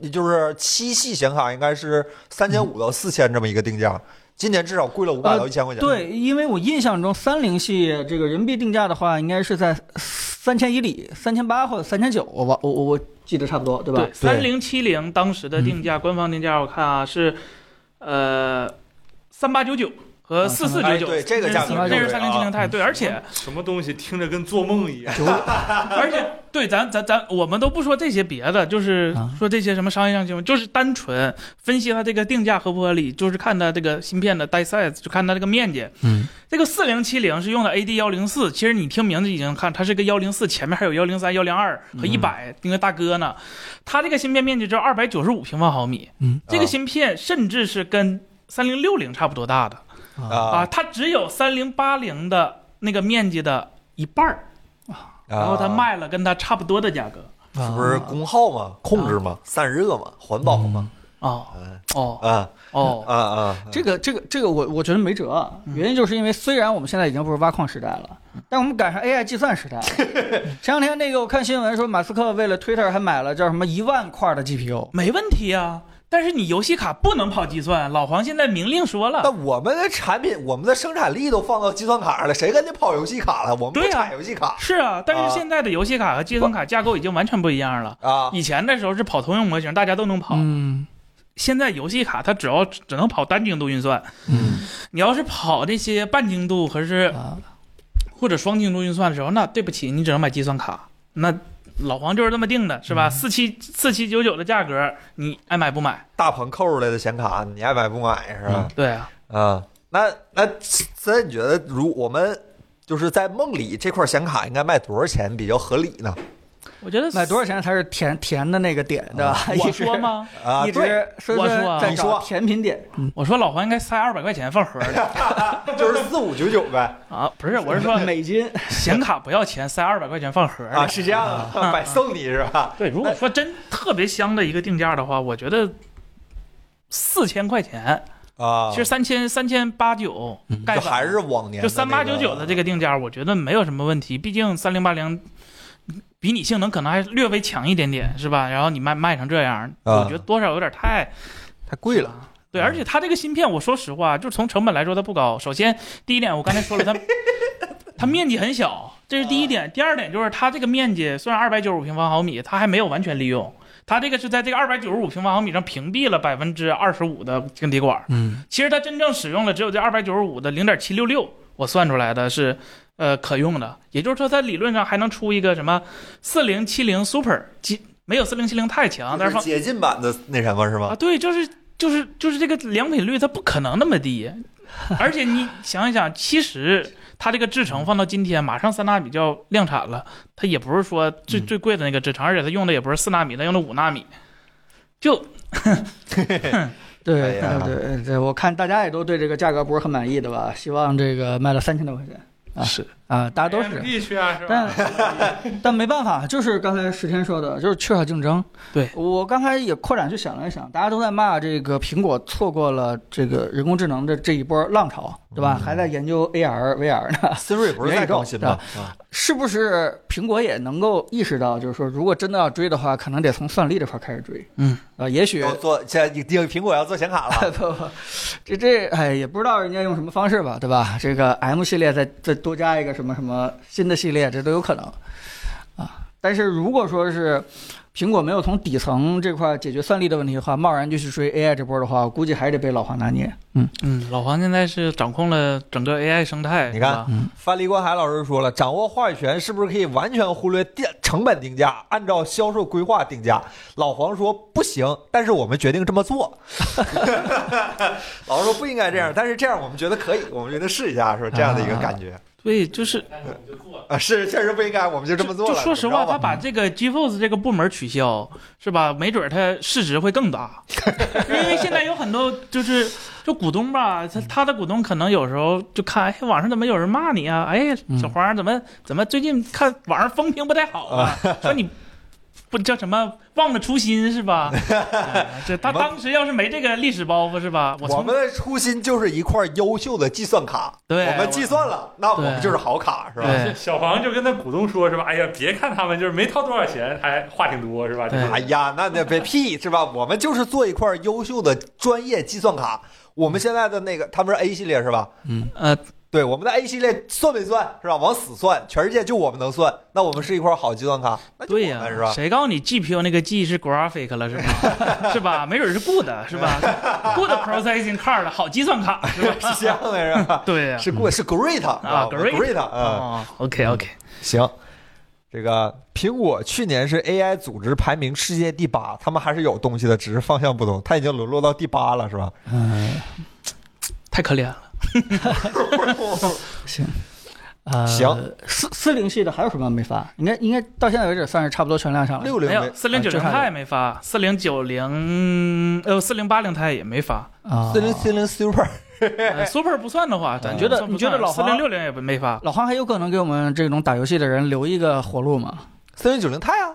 Speaker 1: 也就是七系显卡应该是三千五到四千这么一个定价，今年至少贵了五百
Speaker 3: 呃
Speaker 1: 到一千块钱。，
Speaker 3: 对，因为我印象中三零系这个人民币定价的话，应该是在三千以里，三千八或者三千九，我吧，我我我记得差不多，对吧？
Speaker 2: 对。三零七零当时的定
Speaker 1: 嗯
Speaker 2: 价，官方定价我看啊是，呃，三八九九和
Speaker 3: 啊
Speaker 2: 四四九
Speaker 1: 哎
Speaker 2: 九，
Speaker 1: 对这个价格
Speaker 2: 那是三零七
Speaker 1: 对啊
Speaker 2: 零钛，对，而且
Speaker 4: 什么东西听着跟做梦一样。
Speaker 2: 而且，对，咱咱咱，我们都不说这些别的，就是
Speaker 3: 啊
Speaker 2: 说这些什么商业上新闻，就是单纯分析它这个定价合不合理，就是看它这个芯片的 die size，就看它这个面积。
Speaker 3: 嗯，
Speaker 2: 这个四零七零是用的 AD 幺零四，其实你听名字已经看，它是个幺零四，前面还有幺零三、幺零二和一百、那个大哥呢。它这个芯片面积只有二百九十五平方毫米，
Speaker 3: 嗯，
Speaker 2: 这个
Speaker 1: 啊
Speaker 2: 芯片甚至是跟三零六零差不多大的啊，
Speaker 1: 啊，
Speaker 2: 它只有三零八零的那个面积的一半儿。
Speaker 1: 啊
Speaker 2: 然后他
Speaker 1: 卖
Speaker 2: 卖了跟他差不多的价格。
Speaker 1: 是不是功耗嘛、控制嘛、散热嘛、环保嘛？
Speaker 2: 哦哦
Speaker 1: 啊
Speaker 2: 哦，
Speaker 1: 啊啊！
Speaker 3: 这个这个这个我我觉得没辙，啊原因就是因为虽然我们现在已经不是挖矿时代了，但我们赶上 AI 计算时代了。前两天那个我看新闻说，马斯克为了 Twitter 还买了叫什么一万块的 GPU，
Speaker 2: 没问题啊。但是你游戏卡不能跑计算，老黄现在明令说
Speaker 1: 那
Speaker 2: 了，
Speaker 1: 我们的产品，我们的生产力都放到计算卡上了，谁跟你跑游戏卡了？我们不
Speaker 2: 对啊
Speaker 1: 产游戏卡
Speaker 2: 是啊。但
Speaker 1: 啊
Speaker 2: 是现在的游戏卡和计算卡架构已经完全不一样了。
Speaker 1: 啊！
Speaker 2: 以前的时候是跑通用模型，大家都能跑。
Speaker 3: 嗯，
Speaker 2: 现在游戏卡它只要只能跑单精度运算，
Speaker 1: 嗯
Speaker 2: 你要是跑那些半精度和是
Speaker 3: 啊
Speaker 2: 或者双精度运算的时候，那对不起，你只能买计算卡。那老黄就是这么定的，
Speaker 1: 嗯
Speaker 2: 是吧？四七四七九九的价格，你爱买不买？
Speaker 1: 大棚扣出来的显卡，你爱买不买是吧？
Speaker 2: 对啊，
Speaker 1: 啊，那那所以你觉得，如我们就是在梦里这块显卡应该卖多少钱比较合理呢？
Speaker 2: 我觉得
Speaker 3: 买多少钱才是甜甜的那个点，对吧？
Speaker 2: 我说？ 吗？
Speaker 1: 啊，
Speaker 3: 一
Speaker 1: 对，
Speaker 3: 直说
Speaker 2: 我说啊
Speaker 3: 在
Speaker 1: 你
Speaker 3: 找
Speaker 1: 说
Speaker 3: 甜品点，
Speaker 2: 我说老黄应该塞二百块钱放 盒里
Speaker 1: 啊就是四五九九 呗
Speaker 2: 啊，不是，我是说
Speaker 3: 美金
Speaker 2: 显卡不要钱，塞二百块钱放盒
Speaker 1: 啊，
Speaker 2: 里。
Speaker 1: 是这样的， 百送你是吧？
Speaker 2: 对，如果说真特别香的一个定价的话，我觉得四千块钱，
Speaker 1: 啊，嗯
Speaker 2: 其实三千三千八九，盖
Speaker 1: 就
Speaker 2: 板
Speaker 1: 还是往年
Speaker 2: 就三八九九的这
Speaker 1: 个
Speaker 2: 个定价，我觉得没有什么问题。毕竟三零八零比你性能可能还略微强一点点，是吧？然后你卖卖成这样，
Speaker 1: 啊
Speaker 2: 我觉得多少有点太
Speaker 1: 太贵了
Speaker 2: 对，而且它这个芯片，我说实话，就是从成本来说它不高。首先，第一点我刚才说了，它它面积很小，这是第一点。第二点就是它这个面积虽然二百九十五平方毫米，它还没有完全利用，它这个是在这个二百九十五平方毫米上屏蔽了百分之二十五的晶体管。
Speaker 3: 嗯，
Speaker 2: 其实它真正使用了只有这二百九十五的零点七六六，我算出来的是。呃，可用的，也就是说，它理论上还能出一个什么四零七零 Super，即没有四零七零太强，但
Speaker 1: 就
Speaker 2: 是放
Speaker 1: 是接近版的那什么是
Speaker 2: 啊，
Speaker 1: 吗？
Speaker 2: 对，就是就是就是这个良品率它不可能那么 低，而且你想一想，其实它这个制程放到今天，马上三纳米就要量产了，它也不是说最
Speaker 1: 嗯
Speaker 2: 最贵的那个制程，而且它用的也不是四纳米，它用的五纳米，就
Speaker 3: 对、
Speaker 1: 哎呀
Speaker 3: 对对，我看大家也都对这个价格不是很满意的吧？希望这个卖了三千多块钱啊
Speaker 2: 是
Speaker 3: 啊，大家都是，
Speaker 4: 必须啊，是吧？
Speaker 3: 但 但没办法，就是刚才石天说的，就是缺少竞争。
Speaker 2: 对
Speaker 3: 我刚才也扩展去想了一想，大家都在骂这个苹果错过了这个人工智能的这一波浪潮，
Speaker 2: 嗯
Speaker 3: 对吧？还在研究 AR、VR 呢，
Speaker 2: 啊
Speaker 1: Siri 不是在更新吗？啊
Speaker 3: 是不是苹果也能够意识到，就是说，如果真的要追的话，可能得从算力这块开始追。
Speaker 2: 嗯，
Speaker 3: 啊，也许
Speaker 1: 要做现在苹果要做显 卡
Speaker 3: 不
Speaker 1: 了，
Speaker 3: 不，这这哎，也不知道人家用什么方式吧，对吧？这个 M 系列再再多加一个什么什么新的系列，这都有可能啊。但是如果说是苹果没有从底层这块解决算力的问题的话，贸然就去追 AI 这波的话，我估计还得被老黄拿捏。嗯，
Speaker 2: 嗯，老黄现在是掌控了整个 AI 生态，
Speaker 1: 你看
Speaker 2: 是吧
Speaker 1: 范黎观海老师说了，掌握话语权是不是可以完全忽略电成本定价，按照销售规划定价？老黄说不行，但是我们决定这么 做。老黄说不应该这样，但是这样我们觉得可以，我们觉得试一下，是吧这样的一个感觉。
Speaker 2: 所以就是
Speaker 1: 啊，是确实不应该，我们就这么做
Speaker 2: 就
Speaker 1: 了。
Speaker 2: 说实话，
Speaker 1: 怎么着
Speaker 2: 他
Speaker 1: 吧
Speaker 2: 把这个 GForce 这个部门取消，是吧？没准儿它市值会 更大，因为现在有很多就是就股东吧，他他的股东可能有时候就看，哎，网上怎么有人骂你啊？哎，
Speaker 1: 嗯
Speaker 2: 小黄怎么怎么最近看网上风评不太好啊？说你不叫什么忘了初心 是吧？哎这他
Speaker 1: 我们
Speaker 2: 当时要是没这个历史包袱是吧？我
Speaker 1: 我
Speaker 2: 从
Speaker 1: 们的初心就是一块优秀的计算卡，
Speaker 2: 对
Speaker 1: 我们计算了，那我们
Speaker 2: 对
Speaker 1: 就是好卡，是吧？
Speaker 2: 对
Speaker 4: 小黄就跟他股东说是吧？哎呀，别看他们就是没掏多少钱，还话挺多是吧？
Speaker 2: 对
Speaker 1: 哎呀，那那别屁是吧？我们就是做一块优秀的专业计算卡。我们现在的那个，他们是 A 系列是吧？
Speaker 2: 呃
Speaker 1: 对，我们的 A 系列算没算是吧？往死算，全世界就我们能算。那我们是一块好计算卡，那哎就
Speaker 2: 对
Speaker 1: 我
Speaker 2: 呀、
Speaker 1: 们是 吧？
Speaker 2: 谁告诉你 GPU 那个 G 是 graphic 了是 吧？是吧？没准是 good 是吧？good processing card 好计算卡是吧？
Speaker 1: 是这样的是 吧？
Speaker 2: 对呀、
Speaker 1: 是 good 是 great
Speaker 2: 啊
Speaker 1: 啊我们
Speaker 2: great
Speaker 1: great 啊。
Speaker 2: 哦，OK OK，
Speaker 1: 行，这个苹果去年是 AI 组织排名世界第八，他们还是有东西的，只是方向不同。它已经沦落到第八了，是吧？
Speaker 3: 嗯，
Speaker 2: 太可怜了。
Speaker 3: 行。呃，
Speaker 1: 行，
Speaker 3: 四四零系的还有什么没发？应该应该到现在为止算是差不多全亮相了。
Speaker 1: 六零没
Speaker 2: 没有，哎四零九零
Speaker 3: 啊这
Speaker 2: 它也没发，四零九零呃四零八零它也 没发、
Speaker 3: 啊，
Speaker 1: 四零四零 Super
Speaker 2: 呃 Super 不算的
Speaker 1: 嗯
Speaker 2: 话，咱
Speaker 3: 你觉得你觉得老
Speaker 2: 四
Speaker 3: 黄啊
Speaker 2: 零六零也不没发？
Speaker 3: 老黄还有可能给我们这种打游戏的人留一个活路吗？
Speaker 1: 四零九零钛啊，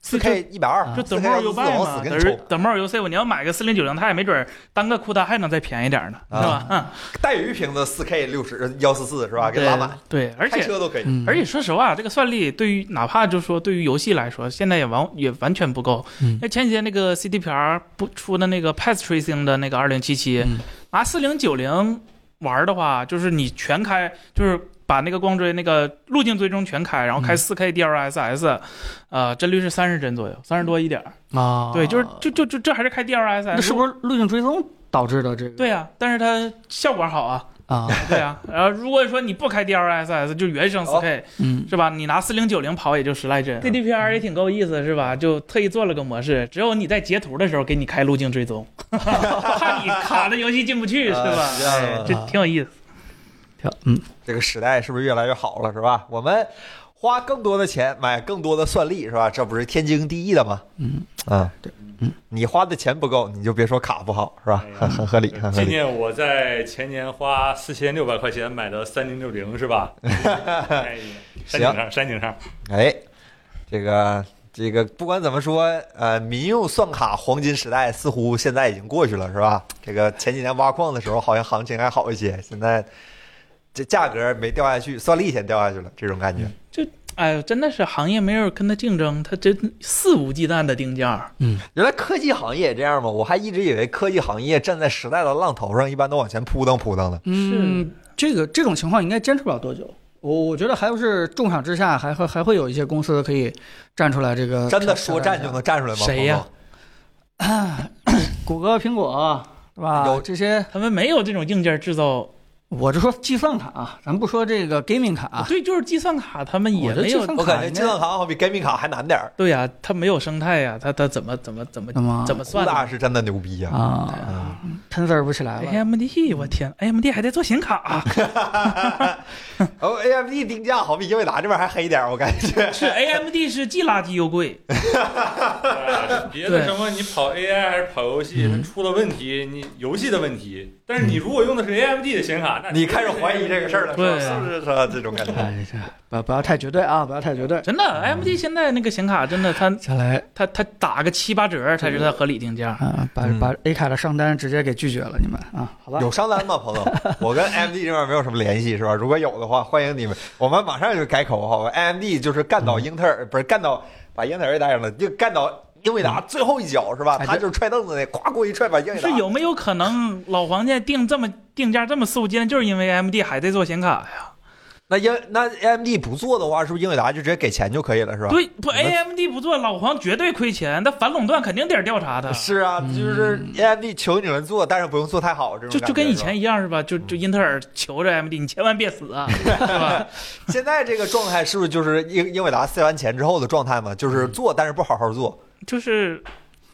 Speaker 1: 四 K 一百二，
Speaker 2: 就
Speaker 1: 4K 啊
Speaker 2: 啊等 more
Speaker 1: 四
Speaker 2: U
Speaker 1: 四
Speaker 2: buy
Speaker 1: 往
Speaker 2: 嘛，
Speaker 1: 死给
Speaker 2: 等
Speaker 1: 你
Speaker 2: 于
Speaker 1: 抽，
Speaker 2: 等 more U save，你要买个四零九零，它也没准儿单个库它还能再便宜点儿呢，
Speaker 1: 啊
Speaker 2: 是吧？嗯，
Speaker 1: 带鱼瓶子四 K 六十幺四四是吧？给拉满，
Speaker 2: 啊对，对，而
Speaker 1: 开
Speaker 2: 且
Speaker 1: 车都可以。
Speaker 3: 嗯，
Speaker 2: 而且说实话，这个算力对于哪怕就说对于游戏来说，现在也完也完全不够。
Speaker 3: 嗯
Speaker 2: 那前几天那个 CDPR 不出的那个 Path Tracing 的那个二零七七
Speaker 3: 嗯，
Speaker 2: 拿四零九零玩的话，就是你全开，就是把那个光追那个路径追踪全开，然后开
Speaker 3: 嗯
Speaker 2: 四 K DLSS，、呃，帧率是三十帧左右，三十多一点儿。
Speaker 3: 啊，
Speaker 2: 对，就是就就就这还是开 DLSS，
Speaker 3: 那是不是路径追踪导致的这个？
Speaker 2: 对啊呀、但是它效果好啊，
Speaker 3: 啊，
Speaker 2: 对呀、然后如果说你不开 DLSS，就原生四 K，、
Speaker 3: 嗯，
Speaker 2: 是吧？你拿四零九零跑也就十来帧，DDPR 啊也挺够意思，是吧？就特意做了个模式，只有你在截图的时候给你开路径追踪， 怕你卡的游戏进不去，是 吧
Speaker 1: 啊？是啊
Speaker 2: 哎，这挺有意思。
Speaker 3: 挺嗯，
Speaker 1: 这个时代是不是越来越好了，是吧？我们花更多的钱买更多的算力，是吧？这不是天经地义的吗？
Speaker 3: 嗯，
Speaker 1: 啊，
Speaker 3: 对，
Speaker 1: 嗯，你花的钱不够，你就别说卡不好，是吧？
Speaker 4: 哎呀
Speaker 1: 很很合理，很合
Speaker 4: 纪
Speaker 1: 理。
Speaker 4: 念我在前年花四千六百块钱买的三零六零是 吧？哎呀山顶上，山顶上，
Speaker 1: 哎，这个这个不管怎么说，呃，民用算卡黄金时代似乎现在已经过去了，是吧？这个前几年挖矿的时候好像行情还好一些，现在这价格没掉下去，算力先掉下去了，这种感觉。
Speaker 2: 哎呦，真的是行业没有跟他竞争，他真肆无忌惮的定价。
Speaker 1: 原来科技行业也这样吗？我还一直以为科技行业站在时代的浪头上，一般都往前扑腾扑腾的。
Speaker 3: 嗯，这个这种情况应该坚持不了多久。我我觉得还是重赏之下，还会还会有一些公司可以站出来。这个
Speaker 1: 真的说站就
Speaker 3: 能，
Speaker 1: 能站出来吗？
Speaker 2: 嗯谁呀
Speaker 3: 谷歌、苹果，对吧？
Speaker 1: 有
Speaker 3: 这些，
Speaker 2: 他们没有这种硬件制造，
Speaker 3: 我就说计算卡啊，咱不说这个 gaming 卡啊，
Speaker 2: 对，就是计算卡，他们也
Speaker 3: 我觉得
Speaker 2: 没
Speaker 3: 计
Speaker 2: 有
Speaker 3: 算。
Speaker 1: 彭
Speaker 3: 卡
Speaker 1: 总？我感觉
Speaker 3: 应
Speaker 1: 计
Speaker 3: 该
Speaker 1: 算卡好比 gaming 卡还难点儿。
Speaker 2: 对呀、他没有生态呀、他他怎么怎么怎么
Speaker 3: 那么
Speaker 2: 怎么
Speaker 1: 苏
Speaker 2: 算嗯
Speaker 1: 大
Speaker 2: 的
Speaker 1: 是真的牛逼哎呀！
Speaker 3: 啊，Tensor 不起来了。
Speaker 2: ？AMD，我天，AMD 还在做显卡、啊
Speaker 1: 哦，AMD 定价好比英伟达这边还黑点儿，我感觉。
Speaker 2: 是 AMD 是既垃圾又贵，
Speaker 4: 哎别
Speaker 2: 对
Speaker 4: 的什么你跑 AI 还是跑游戏，出了问题你游戏的问题，但是你如果用的是 AMD 的显卡， 那
Speaker 1: 你开始怀疑这个事儿了，是吧
Speaker 2: 对啊
Speaker 1: 是不是说这种感觉？
Speaker 3: 哎，这不不要太绝对啊，不要太绝对。
Speaker 2: 真的，AMD
Speaker 1: 嗯
Speaker 2: 现在那个显卡真的，它
Speaker 3: 下来
Speaker 2: 它它打个七八折才是它合理定价。
Speaker 3: 啊，把
Speaker 1: 嗯
Speaker 3: 把 A 卡的上单直接给拒绝了，你们啊，好吧？
Speaker 1: 有商单吗，彭 总？我跟 AMD 这边没有什么联系，是吧？如果有的话，欢迎你们。我们马上就改口号，AMD 就是干倒英特尔，不是干倒把英特尔也带上了，就干倒英伟达最后一脚，是吧？
Speaker 3: 哎
Speaker 1: 他就是踹凳子那，咵过一踹把英伟达
Speaker 2: 是。有没有可能老黄家定这么定价这么肆无忌惮，就是因为 AMD 还在做显卡呀？
Speaker 1: 那英那 AMD 不做的话，是不是英伟达就直接给钱就可以了，是吧？
Speaker 2: 对，不
Speaker 1: 我们
Speaker 2: ，AMD 不做，老黄绝对亏钱，那反垄断肯定得调查他。
Speaker 1: 是啊，就是 AMD 求你们做，但是不用做太好，这种
Speaker 2: 嗯就
Speaker 1: 感觉
Speaker 2: 就跟以
Speaker 1: 是吧
Speaker 2: 前一样是吧？就
Speaker 1: 嗯
Speaker 2: 就英特尔求着 AMD，你千万别 死啊，是吧？
Speaker 1: 现在这个状态是不是
Speaker 2: 嗯
Speaker 1: 就是英英伟达塞完钱之后的状态嘛？就是做，但是不好好做。
Speaker 2: 就是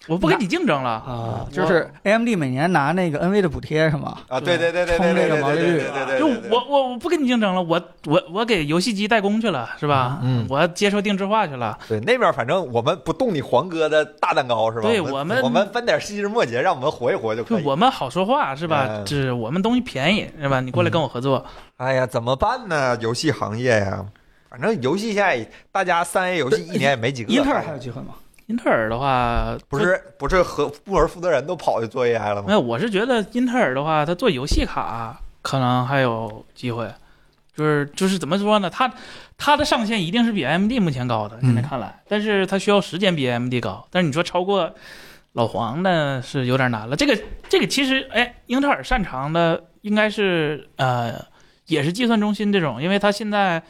Speaker 2: 我不跟你竞争了。
Speaker 3: 啊，就是 AMD 每年拿那个 NV 的补贴是吗？
Speaker 1: 啊，对对对对对对对对对对对，
Speaker 2: 就我我我不跟你竞争了，我我我给游戏机代工去了，是吧？
Speaker 1: 嗯
Speaker 2: 我接受定制化去了。
Speaker 1: 对那面，反正我们不动你黄哥的大蛋糕是吧？
Speaker 2: 对
Speaker 1: 我
Speaker 2: 我们
Speaker 1: 我们分点细枝末节，让我们活一活就
Speaker 2: 就
Speaker 1: 可以。
Speaker 2: 我们好说话是吧
Speaker 1: 嗯？
Speaker 2: 这我们东西便宜是吧？你过来跟我合作，
Speaker 1: 哎呀，怎么办呢？游戏行业呀，反正游戏现在大家三 A 游戏一年也没几个。
Speaker 3: 英特尔还有机会吗？
Speaker 2: 英特尔的话
Speaker 1: 不是不是和部门负责人都跑去做 AI 了
Speaker 2: 没
Speaker 1: 吗？
Speaker 2: 有，我是觉得英特尔的话，它做游戏卡可能还有机会，就是就是怎么说呢？它它的上限一定是比 AMD 目前高的，
Speaker 3: 嗯
Speaker 2: 现在看来，但是它需要时间比 AMD 高，但是你说超过老黄呢是有点难了。这个这个其实哎，英特尔擅长的应该是呃也是计算中心这种，因为它现在。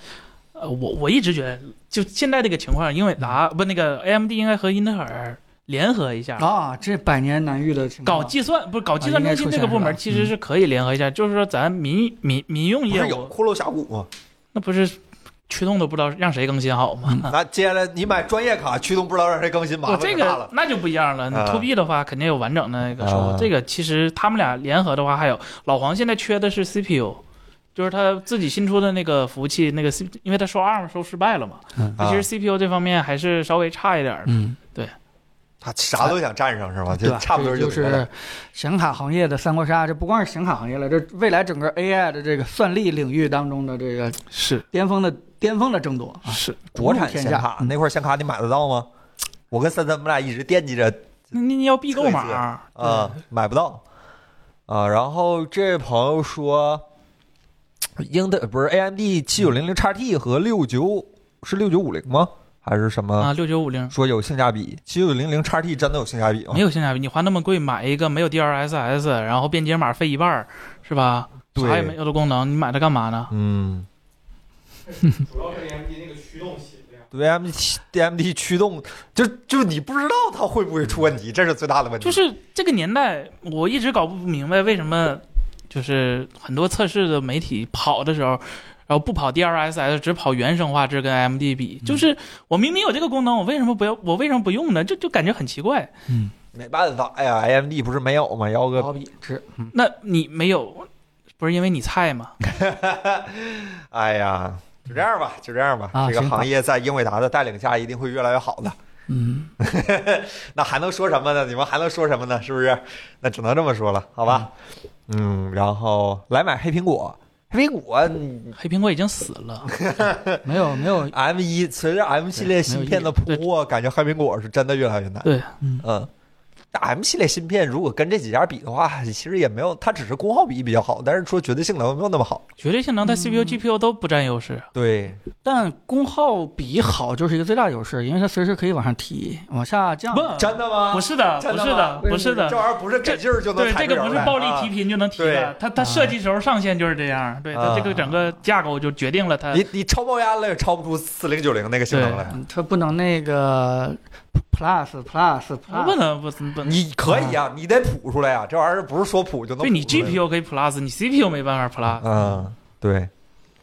Speaker 2: 呃，我我一直觉得，就现在这个情况，英伟达不那个 AMD 应该和英特尔联合一下，
Speaker 3: 啊，这百年难
Speaker 1: 嗯
Speaker 3: 遇的情况
Speaker 2: 搞计算不是搞计算中心这个部
Speaker 3: 啊应该
Speaker 2: 门
Speaker 3: 出
Speaker 2: 其
Speaker 3: 现
Speaker 2: 实是可以联合一下，就是说咱民民民用
Speaker 1: 嗯不
Speaker 2: 业
Speaker 1: 是有
Speaker 2: 务
Speaker 1: 骷髅峡谷吗？
Speaker 2: 那不是驱动都不知道让谁更新好吗？
Speaker 1: 那接下来你买专业卡，驱动不知道让谁更新，嗯麻
Speaker 2: 嗯我
Speaker 1: 烦
Speaker 2: 这
Speaker 1: 可大
Speaker 2: 个
Speaker 1: 了。
Speaker 2: 那就不一样了，你
Speaker 1: 啊
Speaker 2: to B 的话肯定有完整的那个收
Speaker 1: 啊
Speaker 2: 入。这个其实他们俩联合的话，还有老黄现在缺的是 CPU。就是他自己新出的那个服务器，那个 C，因为他收 ARM 收失败了嘛，
Speaker 1: 啊
Speaker 2: 其实 CPU 这方面还是稍微差一点的。
Speaker 3: 嗯，
Speaker 1: 他啥都想占上是吗？
Speaker 3: 对
Speaker 1: 就
Speaker 3: 吧？
Speaker 1: 差不多
Speaker 3: 这就
Speaker 1: 得了
Speaker 3: 是显卡行业的三国杀，这不光是显卡行业了，这未来整个 AI 的这个算力领域当中的这个
Speaker 2: 是
Speaker 3: 巅峰的巅峰的争夺啊。
Speaker 2: 是，
Speaker 1: 国产
Speaker 3: 天
Speaker 1: 显
Speaker 3: 下
Speaker 1: 卡
Speaker 3: 嗯
Speaker 1: 那块显卡你买得到吗？我跟三三我们俩一直惦记着
Speaker 2: 那那要必购
Speaker 1: 测一测
Speaker 2: 码，
Speaker 1: 啊，买不到啊。然后这位朋友说，英特不是 AMD 七九零零 x T 和六九是六九五零吗？还是什么？
Speaker 2: 啊，六九五零
Speaker 1: 说有性价比？七九零零 x T 真的有性价比吗
Speaker 2: 没？有性价比，你花那么贵买一个没有 DLSS，然后便捷码费一半儿，是吧？
Speaker 1: 对
Speaker 2: 啥也没有的功能，你买它干嘛呢？
Speaker 1: 嗯，
Speaker 4: 主要是 AMD 那个驱动起量。
Speaker 1: 对 AMD DMD 驱动，就就你不知道它会不会出问题，这是最大的问题。
Speaker 2: 就是这个年代，我一直搞不明白为什么，就是很多测试的媒体跑的时候，然后不跑 DLSS，只跑原生画质跟 AMD 比，就是我明明有这个功能，我为什么不要？我为什么不用呢？这就感觉很奇怪。
Speaker 1: 没办法哎呀，AMD 不是没有吗？要个
Speaker 3: 好比是
Speaker 2: 那你没有，不是因为你菜吗？
Speaker 1: 哎呀，就这样吧，就这样吧。
Speaker 3: 啊
Speaker 1: 这个
Speaker 3: 行吧
Speaker 1: 行业在英伟达的带领下，一定会越来越好的。
Speaker 3: 嗯，
Speaker 1: 那还能说什么呢？你们还能说什么呢？是不是？那只能这么说了，好吧？嗯，然后来买黑苹果，黑苹果
Speaker 2: 黑苹果已经死了，
Speaker 3: 没有没有
Speaker 1: M 一随着 M 系列芯片的铺货，感觉黑苹果是真的越来越难。
Speaker 2: 对，
Speaker 3: 嗯
Speaker 1: 嗯。但 M 系列芯片如果跟这几家比的话，其实也没有，它只是功耗比比较好，但是说绝对性能没有那么好。
Speaker 2: 绝对性能在 CPU、GPU 都不占优势。
Speaker 1: 对，
Speaker 3: 但功耗比好就是一个最大优势，因为它随时可以往上提，往下降。
Speaker 2: 不，
Speaker 1: 真的吗？
Speaker 2: 不是的，啊不
Speaker 1: 啊真
Speaker 2: 是
Speaker 1: 吗
Speaker 2: 的，不是
Speaker 1: 这
Speaker 2: 的。
Speaker 1: 玩意儿不是给劲儿就能
Speaker 2: 对，
Speaker 1: 踩
Speaker 2: 这个
Speaker 1: 出
Speaker 2: 不是
Speaker 1: 来
Speaker 2: 暴力
Speaker 1: 啊
Speaker 2: 提频就能提
Speaker 1: 对
Speaker 2: 的，它它设计时候上限就是这样，对
Speaker 1: 啊
Speaker 2: 它这个整个架构就决定了它。
Speaker 1: 你你超爆压了也超不出四零九零那个性能来。
Speaker 3: 嗯它不能那个 plus plus
Speaker 2: 不
Speaker 3: plus，
Speaker 2: 能不不，
Speaker 1: 你可以啊，你得谱出来啊，这玩意儿不是说谱就能谱
Speaker 2: 对你
Speaker 1: 出来的
Speaker 2: GPU 可以 Plus，你 CPU 没办法 Plus。
Speaker 1: 嗯，对。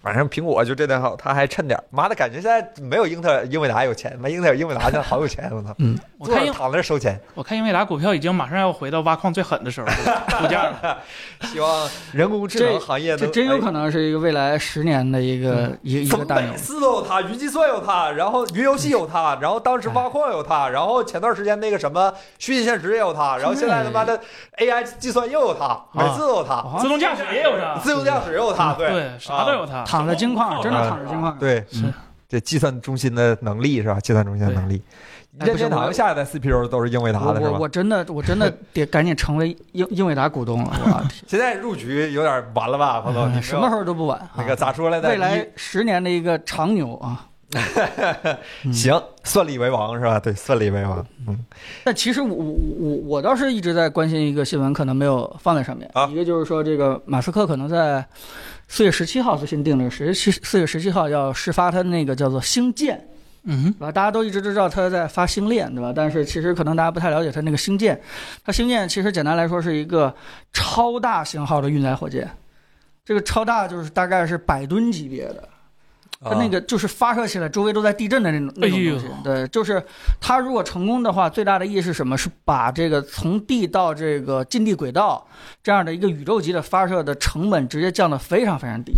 Speaker 1: 反正苹果就这点好，它还趁点儿。妈的，感觉现在没有英特尔、英伟达有钱，妈英特尔、英伟达现在好有钱，我操！
Speaker 2: 我
Speaker 1: 坐
Speaker 2: 看
Speaker 1: 着
Speaker 2: 英
Speaker 1: 躺在这收钱，
Speaker 2: 我看英伟达股票已经马上要回到挖矿最狠的时 候了出价
Speaker 1: 啊
Speaker 2: 了。
Speaker 1: 希望人工智能行业
Speaker 3: 这
Speaker 1: 能
Speaker 3: 真有
Speaker 1: 哎嗯
Speaker 3: 可能是一个未来十年的一个一一
Speaker 1: 怎
Speaker 3: 个
Speaker 1: 么
Speaker 3: 大牛
Speaker 1: 每。次都有它，云计算有它，然后云游戏有它，然后当时挖矿有它，然后前段时间那个什么虚拟现实也有它，然后现在他妈的 AI 计算又有它，每次都有
Speaker 3: 哦
Speaker 1: 它，
Speaker 2: 自动驾驶也有啥？
Speaker 1: 自动驾驶也有它，
Speaker 2: 对，啥都有它。
Speaker 3: 躺着金矿，真的躺着金矿。
Speaker 1: 啊对，
Speaker 3: 嗯
Speaker 1: 嗯
Speaker 3: 是
Speaker 1: 这计算中心的能力是吧？计算中心的能力，
Speaker 3: 哎
Speaker 1: 任
Speaker 3: 不是
Speaker 1: 天堂
Speaker 3: 我
Speaker 1: 下一代 CPU 都是英伟达
Speaker 3: 我
Speaker 1: 的是吧
Speaker 3: 我？我真的我 真的得赶紧成为英英伟达股东了，我天
Speaker 1: 现在入局有点完了吧，彭总？你
Speaker 3: 哎什么时候都不晚啊。
Speaker 1: 那个咋说来着？
Speaker 3: 未来嗯十年的一个长牛啊！
Speaker 1: 你行，算力为王是吧？对，算力为王。嗯
Speaker 3: 但其实我我我我倒是一直在关心一个新闻，可能没有放在上面。
Speaker 1: 啊
Speaker 3: 一个就是说，这个马斯克可能在四月十七号最新定了十七四月十七号要试发他那个叫做星舰，
Speaker 2: 嗯
Speaker 3: 对吧？大家都一直都知道他在发星链，对吧？但是其实可能大家不太了解他那个星舰，它星舰其实简单来说是一个超大型号的运载火箭，这个超大就是大概是百吨级别的。它
Speaker 1: 啊
Speaker 3: 那个就是发射起来，周围都在地震的那种那种东西
Speaker 2: 啊哎呦。
Speaker 3: 对，就是它如果成功的话，最大的意义是什么？是把这个从地到这个近地轨道这样的一个宇宙级的发射的成本直接降得非常非常低。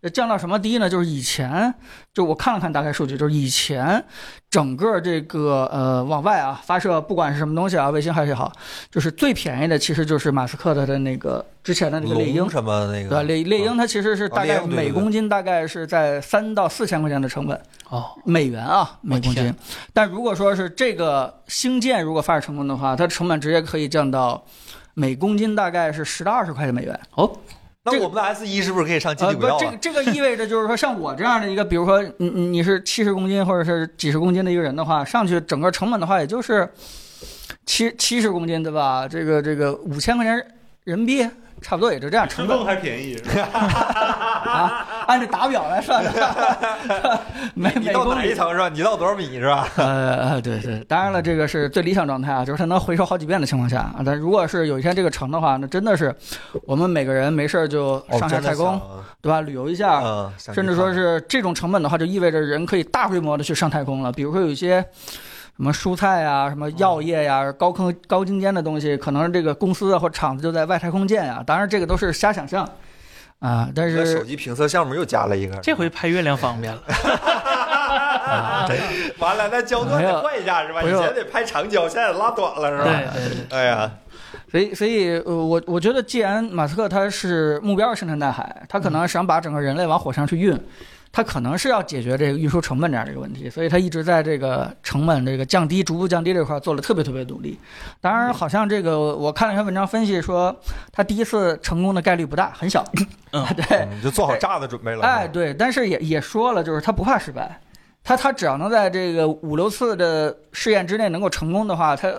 Speaker 3: 呃降到什么低呢？就是以前，就我看了看大概数据，就是以前整个这个呃往外啊发射，不管是什么东西啊，卫星还是也好，就是最便宜的其实就是马斯克的那个之前的那个猎鹰
Speaker 1: 龙什么那
Speaker 3: 对，
Speaker 1: 个，
Speaker 3: 猎猎鹰它其实是
Speaker 1: 嗯
Speaker 3: 大
Speaker 1: 哦猎
Speaker 3: 概
Speaker 1: 鹰对对
Speaker 3: 每
Speaker 1: 对
Speaker 3: 公斤大概是在三到四千块钱的成本，
Speaker 2: 哦，
Speaker 3: 美元啊，每公斤
Speaker 2: 天。
Speaker 3: 但如果说是这个星舰如果发射成功的话，它成本直接可以降到每公斤大概是十到二十块钱美元。
Speaker 1: 那
Speaker 3: 这个
Speaker 1: 我们的 S 一是不是可以上近
Speaker 3: 呃，
Speaker 1: 地
Speaker 3: 不
Speaker 1: 轨道，
Speaker 3: 这
Speaker 1: 了
Speaker 3: 个？这个意味着就是说，像我这样的一个，比如说你你你是七十公斤或者是几十公斤的一个人的话，上去整个成本的话，也就是七七十公斤对吧？这个这个五千块钱人民币。差不多也就这样，
Speaker 5: 成
Speaker 3: 成本
Speaker 5: 本还便宜，
Speaker 3: 啊，按照打表来 算的，每
Speaker 1: 你
Speaker 3: 每
Speaker 1: 到
Speaker 3: 公
Speaker 1: 哪啊
Speaker 3: 里
Speaker 1: 一层是吧？你到多少米是吧？
Speaker 3: 呃，对对，当然了，这个是最理想状态啊，就是它能回收好几遍的情况下啊。但如果是有一天这个成的话，那真的是我们每个人没事儿就
Speaker 1: 哦
Speaker 3: 上下哦太空，对吧？旅游一下，
Speaker 1: 嗯，想
Speaker 3: 甚至说是这种成本的话，就意味着人可以大规模的去上太空了。比如说有一些什么蔬菜啊、什么药业
Speaker 1: 哦
Speaker 3: 呀、高坑高精尖的东西，可能这个公司啊或厂子就在外太空建啊。当然，这个都是瞎想象啊。但
Speaker 1: 在
Speaker 3: 是
Speaker 1: 手机评测项目又加了一个，
Speaker 2: 这回拍月亮方便了。
Speaker 3: 啊
Speaker 1: 完了，那焦段得换一下是吧？
Speaker 3: 不
Speaker 1: 以
Speaker 3: 用
Speaker 1: 前得拍长焦，现在拉短了是吧？
Speaker 2: 对对，
Speaker 1: 哎呀，
Speaker 3: 所以，所以，呃，我我觉得，既然马斯克他是目标是深沉大海，他可能想把整个人类往火上去运，他可能是要解决这个运输成本这样的一个问题，所以他一直在这个成本这个降低、逐步降低这块儿做了特别特别努力。当然，好像这个我看了一篇文章分析说，他第一次成功的概率不大，很小。
Speaker 2: 嗯
Speaker 3: 对，
Speaker 1: 嗯就做好炸的准备了。
Speaker 3: 哎，对，但是也也说了，就是他不怕失败。他他只要能在这个五六次的试验之内能够成功的话，他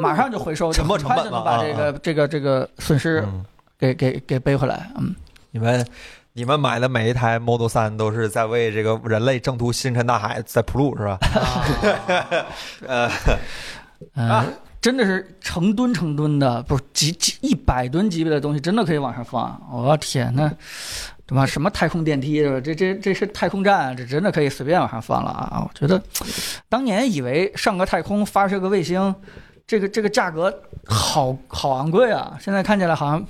Speaker 3: 马上就回收，就
Speaker 1: 沉没
Speaker 3: 很
Speaker 1: 成
Speaker 3: 快
Speaker 1: 本
Speaker 3: 就
Speaker 1: 嘛
Speaker 3: 能把这个这个这个损失
Speaker 1: 嗯
Speaker 3: 给给给背回来，嗯，
Speaker 1: 你们你们买的每一台 Model 三都是在为这个人类征途星辰大海在铺路 是吧？呃，
Speaker 3: 呃，真的是成吨成吨的，不是几几一百吨级别的东西，真的可以往上放。我、天呐，什么什么太空电梯，是吧这这这是太空站，这真的可以随便往上放了啊！我觉得当年以为上个太空发射个卫星，这个这个价格好好昂贵啊，现在看起来好像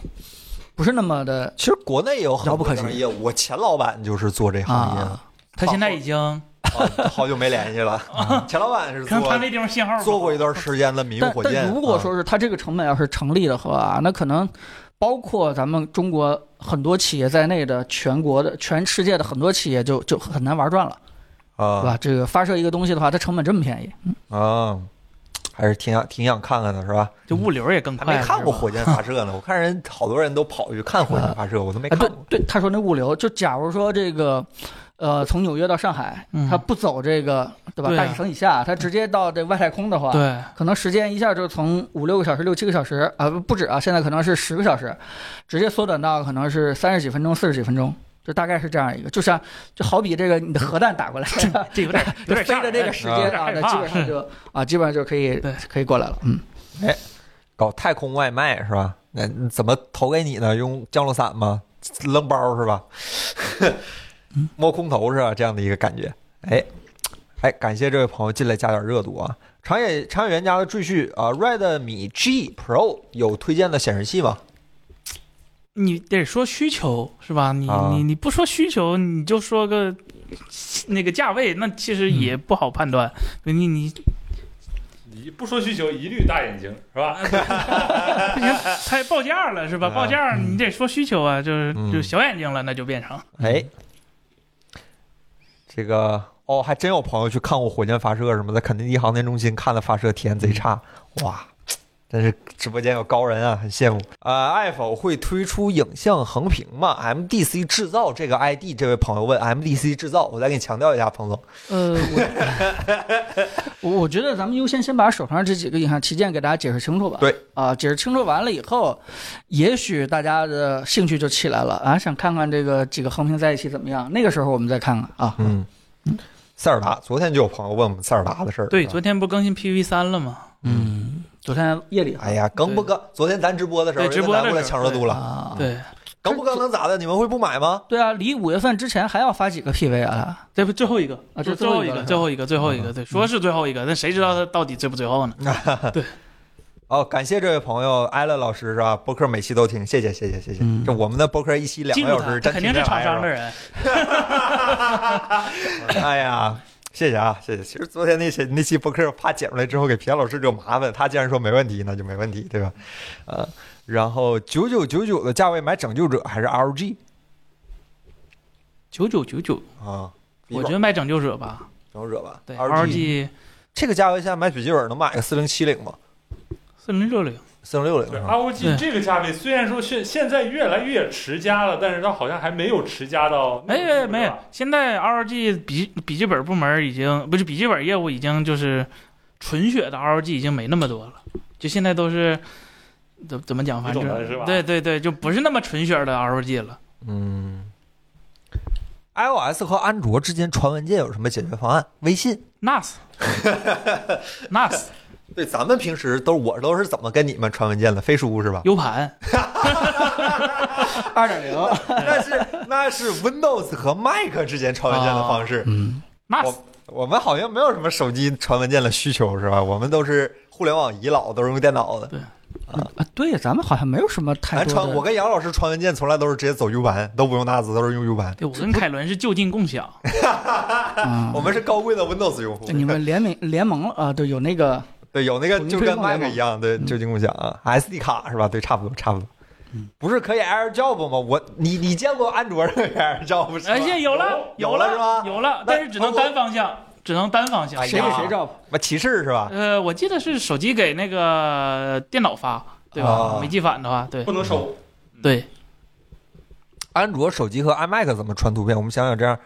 Speaker 3: 不是那么的
Speaker 1: 其实国内有很
Speaker 3: 遥不
Speaker 1: 多
Speaker 3: 可
Speaker 1: 这样
Speaker 3: 及
Speaker 1: 业务，我前老板就是做这行业的
Speaker 3: 啊。
Speaker 2: 他现在已经
Speaker 1: 啊好久没联系
Speaker 3: 啊
Speaker 1: 了。前老板是
Speaker 2: 看他
Speaker 1: 做
Speaker 2: 那地方信号不好
Speaker 1: 做过一段时间的民用
Speaker 3: 但
Speaker 1: 火箭。
Speaker 3: 但如果
Speaker 1: 啊
Speaker 3: 说是它这个成本要是成立的话，啊那可能包括咱们中国很多企业在内的全国的、全世界的很多企业就就很难玩转了，对
Speaker 1: 啊
Speaker 3: 吧？这个发射一个东西的话，它成本这么便宜，
Speaker 1: 啊，还是挺想挺想看看的，是吧？
Speaker 2: 就物流也更
Speaker 1: 还
Speaker 2: 快了，
Speaker 1: 没看过
Speaker 2: 是吧
Speaker 1: 火箭发射呢， 我看人好多人都跑去看火箭发射，我都没
Speaker 3: 哎，
Speaker 1: 看
Speaker 3: 对
Speaker 1: 过。
Speaker 3: 对，他说那物流，就假如说这个，呃，从纽约到上海，
Speaker 2: 嗯
Speaker 3: 他不走这个，对吧？
Speaker 2: 对啊
Speaker 3: 大气层以下，他直接到这外太空的话，
Speaker 2: 对，
Speaker 3: 可能时间一下就从五六个小时、六七个小时啊，不不止啊，现在可能是十个小时，直接缩短到可能是三十几分钟、四十几分钟，就大概是这样一个，就像就好比这个你的核弹打过来，
Speaker 2: 这 有点有
Speaker 3: 就
Speaker 2: 点
Speaker 3: 飞
Speaker 2: 吓
Speaker 3: 着这个
Speaker 2: 人。
Speaker 3: 时间啊，
Speaker 2: 有点害
Speaker 3: 那
Speaker 2: 怕
Speaker 3: 基本上就啊，基本上就可以
Speaker 2: 对
Speaker 3: 可以过来了，嗯。
Speaker 1: 搞太空外卖是吧？那你怎么投给你呢？用降落伞吗？扔包是吧？ 摸空投是吧？这样的一个感觉。哎，哎，感谢这位朋友进来加点热度啊！长野长野原家的赘婿啊，Redmi G Pro 有推荐的显示器吗？
Speaker 2: 你得说需求是吧？你
Speaker 1: 啊
Speaker 2: 你你不说需求，你就说个那个价位，那其
Speaker 1: 嗯
Speaker 2: 实也不好判断。你你
Speaker 4: 你不说需求，一律大眼睛是吧？
Speaker 2: 不行，它报价了是吧？
Speaker 1: 啊
Speaker 2: 报价你得说需求啊，就是
Speaker 1: 嗯
Speaker 2: 就小眼睛了，那就变成
Speaker 1: 哎，这个哦，还真有朋友去看过火箭发射什么的，肯尼迪航天中心看的发射体验
Speaker 2: 嗯
Speaker 1: 贼差，哇！真是直播间有高人啊，很羡慕。呃，爱否会推出影像横屏吗？MDC 制造这个 ID，这位朋友问 MDC 制造，我再给你强调一下，彭总。
Speaker 3: 呃，我我 我觉得咱们优先先把手上这几个影像旗舰给大家解释清楚吧。
Speaker 1: 对，
Speaker 3: 啊、解释清楚完了以后，也许大家的兴趣就起来了啊，想看看这个几个横屏在一起怎么样。那个时候我们再看看啊。
Speaker 1: 嗯，塞尔达，昨天就有朋友问我们塞尔达的事儿。
Speaker 2: 对。
Speaker 1: 是吧
Speaker 2: 昨天不更新 PV 三了吗？
Speaker 3: 嗯，昨天夜里啊
Speaker 1: 哎呀，更不更？昨天咱直播的时候，
Speaker 2: 对直
Speaker 1: 人家
Speaker 2: 播的
Speaker 1: 拿过来
Speaker 2: 时候
Speaker 1: 抢热度了。
Speaker 3: 啊，
Speaker 2: 对，
Speaker 1: 刚不刚能咋的？你们会不买吗？
Speaker 3: 对啊，离五月份之前还要发几个 PV 啊？
Speaker 2: 这不最后一个
Speaker 3: 啊这
Speaker 2: 就最
Speaker 3: 最后
Speaker 2: 后
Speaker 3: 一
Speaker 2: 一
Speaker 3: 个
Speaker 2: 个，最后一个，最后
Speaker 1: 啊
Speaker 2: 一个，
Speaker 1: 嗯
Speaker 2: 对，说是最后一个，但谁知道他到底最不最后呢？
Speaker 1: 哦，感谢这位朋友艾乐老师是吧？播客每期都听，谢谢谢谢谢谢。
Speaker 3: 嗯
Speaker 1: 这我们的播客一期两
Speaker 2: 记
Speaker 1: 个
Speaker 2: 住
Speaker 1: 小
Speaker 2: 他，
Speaker 1: 时，
Speaker 2: 他
Speaker 1: 真
Speaker 2: 肯定是
Speaker 1: 听这玩意
Speaker 2: 厂
Speaker 1: 儿
Speaker 2: 商的人，
Speaker 1: 哎呀，谢谢啊，谢谢。其实昨天那些那期播客，怕剪出来之后给皮亚老师惹麻烦，他既然说没问题，那就没问题，对吧？呃，然后九九九九的价位买拯救者还是 LG
Speaker 2: 九九九九，
Speaker 1: 啊？
Speaker 2: 我觉得卖拯救者吧，
Speaker 1: 拯救者吧，
Speaker 2: 对
Speaker 1: LG
Speaker 2: ，LG
Speaker 1: 这个价位现在买笔记本能买个四零七零吗？
Speaker 2: 四零六零，
Speaker 1: 四零六零啊
Speaker 4: 对
Speaker 1: 是吧？
Speaker 2: 对
Speaker 4: ROG 这个价位虽然说现现在越来越持家了，但是它好像还没有持家到那
Speaker 2: 没
Speaker 4: 个地步。
Speaker 2: 没哎没
Speaker 4: 对吧，
Speaker 2: 现在 LG 笔笔记本部门已经不是笔记本业务已经就是纯血的 LG 已经没那么多了，就现在都是怎怎么讲，反
Speaker 4: 你懂的是
Speaker 2: 正
Speaker 4: 吧
Speaker 2: 对对对，就不是那么纯血的 LG 了。
Speaker 1: 嗯。iOS 和安卓之间传文件有什么解决方案？微信？
Speaker 2: NAS，NAS，
Speaker 1: 对，咱们平时都我都是怎么跟你们传文件的？飞书是吧？
Speaker 2: U 盘，
Speaker 3: 二点零，
Speaker 1: 那是那是 Windows 和 Mac 之间传文件的方式。
Speaker 3: 嗯，
Speaker 2: NAS，
Speaker 1: 我我们好像没有什么手机传文件的需求是吧？我们都是互联网遗老，都是用电脑的。
Speaker 3: 啊，对，咱们好像没有什么太
Speaker 1: 咱
Speaker 3: 多
Speaker 1: 传我
Speaker 3: 的。
Speaker 1: 跟杨老师传文件从来都是直接走 U 盘，都不用纳兹，都是用 U 盘。
Speaker 2: 对我跟凯伦是就近 共享，
Speaker 3: 嗯
Speaker 1: 我们是高贵的 Windows 用户，
Speaker 3: 你们联名联盟啊，对，有那个
Speaker 1: 对，有那个
Speaker 3: 统一
Speaker 1: 就
Speaker 3: 推
Speaker 1: 跟
Speaker 3: 送联
Speaker 1: Mac
Speaker 3: 盟
Speaker 1: 一样，
Speaker 3: 嗯
Speaker 1: 对，就近共享啊，SD 卡是吧？对，差不多，差不多。
Speaker 3: 嗯
Speaker 1: 不是可以 AirDrop 吗？我你你见过安卓上有 AirDrop 是
Speaker 2: 哎，
Speaker 1: 吗
Speaker 2: 现在有
Speaker 4: 哦
Speaker 2: 了，
Speaker 1: 有
Speaker 2: 有
Speaker 1: 了是吧
Speaker 2: 有
Speaker 1: 那
Speaker 2: 了，但是只能单方向，只能单方向
Speaker 1: 哎。
Speaker 3: 谁给
Speaker 1: 呀
Speaker 3: 谁照吧，
Speaker 1: 那骑士是吧？
Speaker 2: 呃，我记得是手机给那个电脑发，对
Speaker 1: 啊
Speaker 2: 吧？没记反的话，对
Speaker 4: 不能收。
Speaker 2: 对，
Speaker 1: 安卓手机和 iMac 怎么传图片？我们想想这样，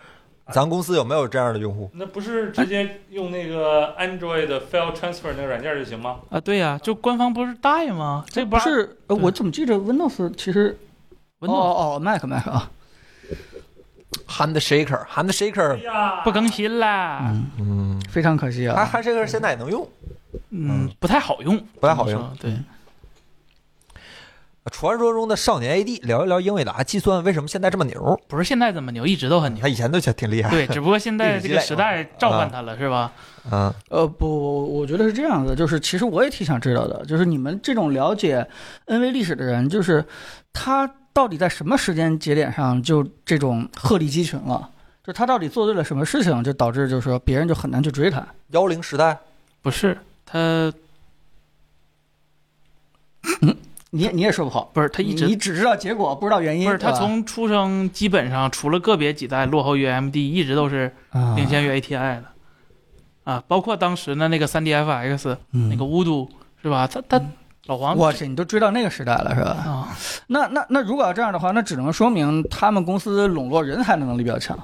Speaker 1: 咱公司有没有这样的用户？
Speaker 4: 那不是直接用那个 Android 的 File Transfer 那个软件就行吗？
Speaker 2: 啊，对呀，就官方不是带吗？
Speaker 1: 嗯
Speaker 2: 这
Speaker 3: 不
Speaker 2: 不
Speaker 3: 是？呃
Speaker 2: 对
Speaker 3: 我怎么记着 Windows 其实
Speaker 2: Windows
Speaker 3: 哦哦，Mac Mac 啊，
Speaker 4: 哎
Speaker 1: Handshaker，Handshaker，
Speaker 4: 呀，
Speaker 2: 嗯不更新啦，
Speaker 3: 嗯，
Speaker 1: 嗯，
Speaker 3: 非常可惜
Speaker 1: 还
Speaker 3: 啊。
Speaker 1: Handshaker 现在也能用，
Speaker 2: 嗯，不太好用，
Speaker 1: 不太好用
Speaker 2: 怎么说。对，
Speaker 1: 传说中的少年 AD，聊一聊英伟达计算为什么现在这么牛？
Speaker 2: 不是现在怎么牛，一直都很
Speaker 1: 你
Speaker 2: 牛。
Speaker 1: 看以前都挺挺厉害，
Speaker 2: 对，只不过现
Speaker 1: 哎历
Speaker 2: 在
Speaker 1: 史积
Speaker 2: 这个
Speaker 1: 累
Speaker 2: 时
Speaker 1: 嘛啊
Speaker 2: 代召唤它了，是吧？
Speaker 1: 嗯，
Speaker 3: 呃，不，我我觉得是这样的，就是其实我也挺想知道的，就是你们这种了解 NV 历史的人，就是他到底在什么时间节点上就这种鹤立鸡群了？就是他到底做对了什么事情，就导致就是说别人就很难去追他。
Speaker 1: 幺零时代，
Speaker 2: 不是，它
Speaker 3: 你也你也说不好，
Speaker 2: 不是它一
Speaker 3: 你
Speaker 2: 直
Speaker 3: 你只知道结果，不知道原因。
Speaker 2: 不是，
Speaker 1: 啊
Speaker 2: 它
Speaker 3: 对吧
Speaker 2: 从出生基本上除了个别几代落后于 AMD，一直都是
Speaker 3: 啊
Speaker 2: 领先于 ATI 的，啊，包括当时的那个 3DFX
Speaker 3: 嗯
Speaker 2: 那个乌都是吧？它
Speaker 1: 嗯
Speaker 2: 它老黄
Speaker 3: 我去，你都追到那个时代了是吧？
Speaker 2: 啊，
Speaker 3: 那那那如果要这样的话，那只能说明他们公司笼络人才的能力比较强，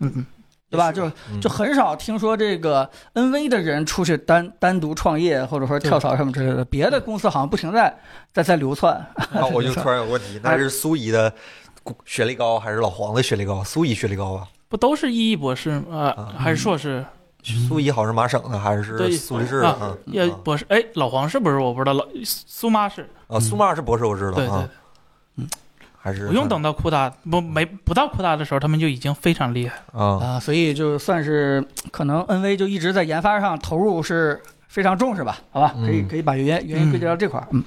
Speaker 2: 嗯，
Speaker 3: 对吧？
Speaker 1: 也是
Speaker 3: 就
Speaker 1: 吧嗯
Speaker 3: 就很少听说这个 NV 的人出去单单独创业，或者说跳槽什么之类的。别的公司好像不停在在在流窜。
Speaker 1: 那我就突然有个问题，那是苏怡的学历高还是老黄的学历高？苏怡学历高啊吧？
Speaker 2: 不都是一一博士吗
Speaker 1: 啊
Speaker 2: 呃，还是硕士？
Speaker 1: 苏怡好像是麻省的还是
Speaker 2: 对
Speaker 1: 苏黎世的？
Speaker 2: 啊
Speaker 1: 嗯，
Speaker 2: 也
Speaker 1: 嗯
Speaker 2: 博士？哎，老黄是不是？我不知道，老苏苏妈是，
Speaker 1: 啊，苏妈是博啊士，我知道
Speaker 2: 对对
Speaker 1: 啊，，还是
Speaker 2: 不用等到库达，不没不到库达的时候，他们就已经非常厉害了。
Speaker 1: 啊。
Speaker 3: 啊，所以就算是可能 NV 就一直在研发上投入是非常重视吧？好吧，可以
Speaker 1: 嗯
Speaker 3: 可以把原原因归结到这块儿。嗯，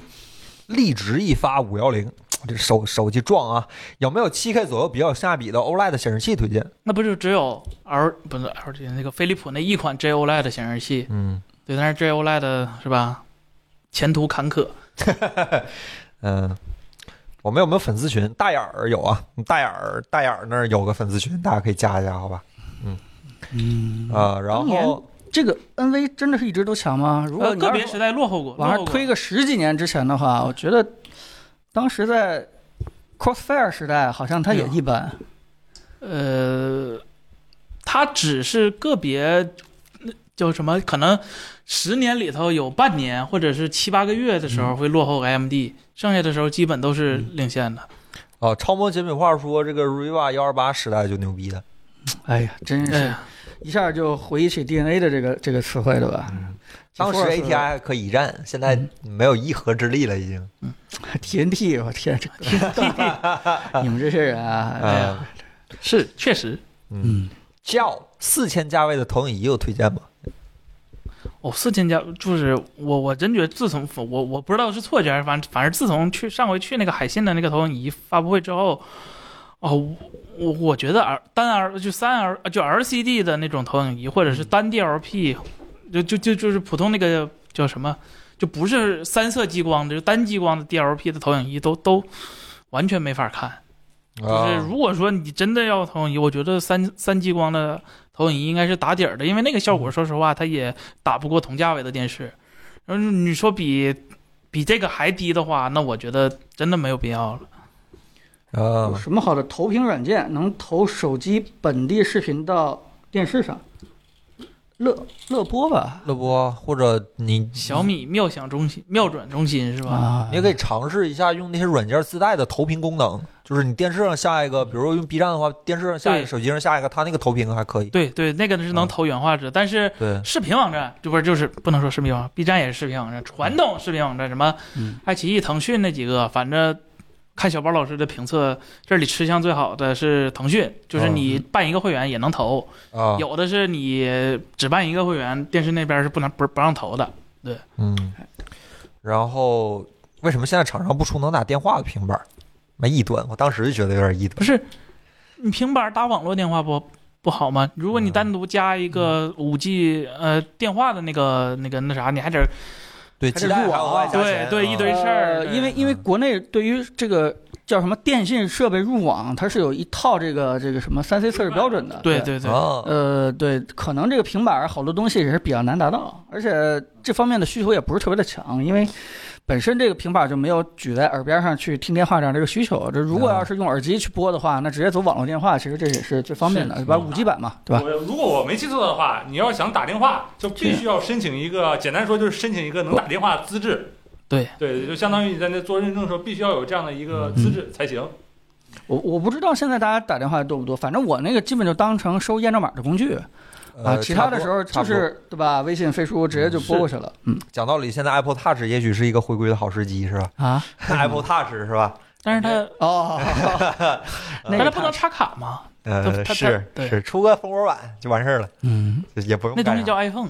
Speaker 1: 立直一发五幺零，这手手机撞啊！有没有七 K 左右比较有性价比的 OLED 显示器推荐？
Speaker 2: 那不就只有 L 不是 LG 那个飞利浦那一款 JOLED 的显示器？
Speaker 1: 嗯
Speaker 2: 对，但是 JOLED 是吧？前途坎坷。
Speaker 1: 嗯，我们有没有粉丝群？大眼儿有啊，大眼儿大眼儿那儿有个粉丝群，大家可以加一下，好吧？嗯啊，然
Speaker 3: 嗯当年
Speaker 1: 后
Speaker 3: 这个 NV 真的是一直都强吗？如果
Speaker 2: 呃，
Speaker 3: 你
Speaker 2: 个
Speaker 3: 要
Speaker 2: 别时代落后过，落
Speaker 3: 往上
Speaker 2: 后过
Speaker 3: 推个十几年之前的话，我觉得当时在 Crossfire 时代，好像
Speaker 1: 哎
Speaker 3: 它也一般。
Speaker 2: 呃，它只是个别叫什么，可能十年里头有半年或者是七八个月的时候会落后 AMD，、剩下的时候基本都是领先的。
Speaker 1: 啊，超模简笔画说这个 Riva 幺二八时代就牛逼的，
Speaker 3: 哎呀，真
Speaker 2: 哎
Speaker 3: 是
Speaker 2: 呀，
Speaker 3: 一下就回忆起 DNA 的这个这个词汇了吧？
Speaker 1: 当时
Speaker 3: 嗯说 嗯
Speaker 1: ATI 还可以一战，现在没有一合之力了，已经。
Speaker 3: TNT，我天， 这 TNT，你们这些人 啊，哎呀
Speaker 1: 啊，
Speaker 2: 是确实
Speaker 3: 嗯，
Speaker 1: 叫呃四千价位的投影仪有推荐吗？
Speaker 2: 哦，四千加就是我我真觉得自从我我不知道是错觉还是反正反正自从去上回去那个海信的那个投影仪发布会之后，哦，我我我觉得 R 单 R 就三 R 就 LCD 的那种投影仪或者是单 DLP，就就就就是普通那个叫什么，就不是三色激光的，就单激光的 DLP 的投影仪都都完全没法看。
Speaker 1: 啊
Speaker 2: 就是如果说你真的要投影仪，我觉得三三激光的投影仪应该是打底儿的，因为那个效果，说实话，它也打不过同价位的电视。然后你说比比这个还低的话，那我觉得真的没有必要了。
Speaker 1: 啊
Speaker 3: 有什么好的投屏软件能投手机本地视频到电视上？乐乐播吧，
Speaker 1: 乐播或者你
Speaker 2: 小米妙想中心、妙转中心是吧？
Speaker 3: 啊
Speaker 1: 你也可以尝试一下用那些软件自带的投屏功能，就是你电视上下一个，比如用 B 站的话，电视上下一个，
Speaker 2: 对
Speaker 1: 手机上下一个，它那个投屏还可以。
Speaker 2: 对对，那个是能投原画质，但是
Speaker 1: 对，
Speaker 2: 视频网站就不是就是不能说视频网站，B 站也是视频网站，传统视频网站什么
Speaker 3: 嗯
Speaker 2: 爱奇艺、腾讯那几个，反正看小包老师的评测，这里吃相最好的是腾讯，就是你办一个会员也能投，
Speaker 1: 啊，
Speaker 2: 有的是你只办一个会员，电视那边是不能不不让投的。
Speaker 1: 嗯。然后为什么现在厂商不出能打电话的平板儿？没异端，我当时就觉得有点异端
Speaker 2: 不。是，你平板打网络电话不不好吗？如果你单独加一个五 G 呃电话的那个那个那啥，你还得
Speaker 1: 对，
Speaker 3: 还得
Speaker 1: 基带
Speaker 3: 入
Speaker 1: 还
Speaker 3: 网
Speaker 1: 往外加
Speaker 2: 对
Speaker 1: 钱
Speaker 2: 对
Speaker 1: 啊
Speaker 2: 一堆事儿
Speaker 3: 呃
Speaker 2: 对
Speaker 3: 因为因为国内对于这个叫什么电信设备入网，它是有一套这个这个什么三 C 测试标准的。
Speaker 2: 对对对，
Speaker 1: 啊，
Speaker 3: 呃，对，可能这个平板儿好多东西也是比较难达到，而且这方面的需求也不是特别的强，因为本身这个平板儿就没有举在耳边上去听电话这样的一个需求。这如果
Speaker 1: 啊
Speaker 3: 要是用耳机去播的话，那直接走网络电话，其实这也是最方便的，
Speaker 2: 是
Speaker 3: 对吧？五 G 版嘛，对吧？
Speaker 4: 我如果我没记错的话，你要想打电话，就必须要申请一个，简单说就是申请一个能打电话的资质。
Speaker 2: 对
Speaker 4: 对，就相当于你在那做认证的时候，必须要有这样的一个资质
Speaker 2: 嗯
Speaker 4: 才行。
Speaker 3: 我我不知道现在大家打电话多不多，反正我那个基本就当成收验证码的工具啊，
Speaker 1: 呃
Speaker 3: 其他的时候
Speaker 1: 差
Speaker 3: 就
Speaker 1: 不多
Speaker 3: 是对吧？微信、飞书直接就拨过去了，嗯
Speaker 1: 讲道理，现在 Apple Touch 也许是一个回归的好时机， 是吧
Speaker 3: 啊，
Speaker 1: ？Apple Touch 是吧？
Speaker 2: 但是它
Speaker 3: 哦，那
Speaker 2: 但
Speaker 3: 个
Speaker 2: 它不能插卡吗？
Speaker 1: 呃，
Speaker 2: 它它
Speaker 1: 是
Speaker 2: 对
Speaker 1: 是，出个蜂窝版就完事儿了，
Speaker 3: 嗯，
Speaker 1: 也不用
Speaker 2: 那东西
Speaker 1: 干啥
Speaker 2: 叫 iPhone。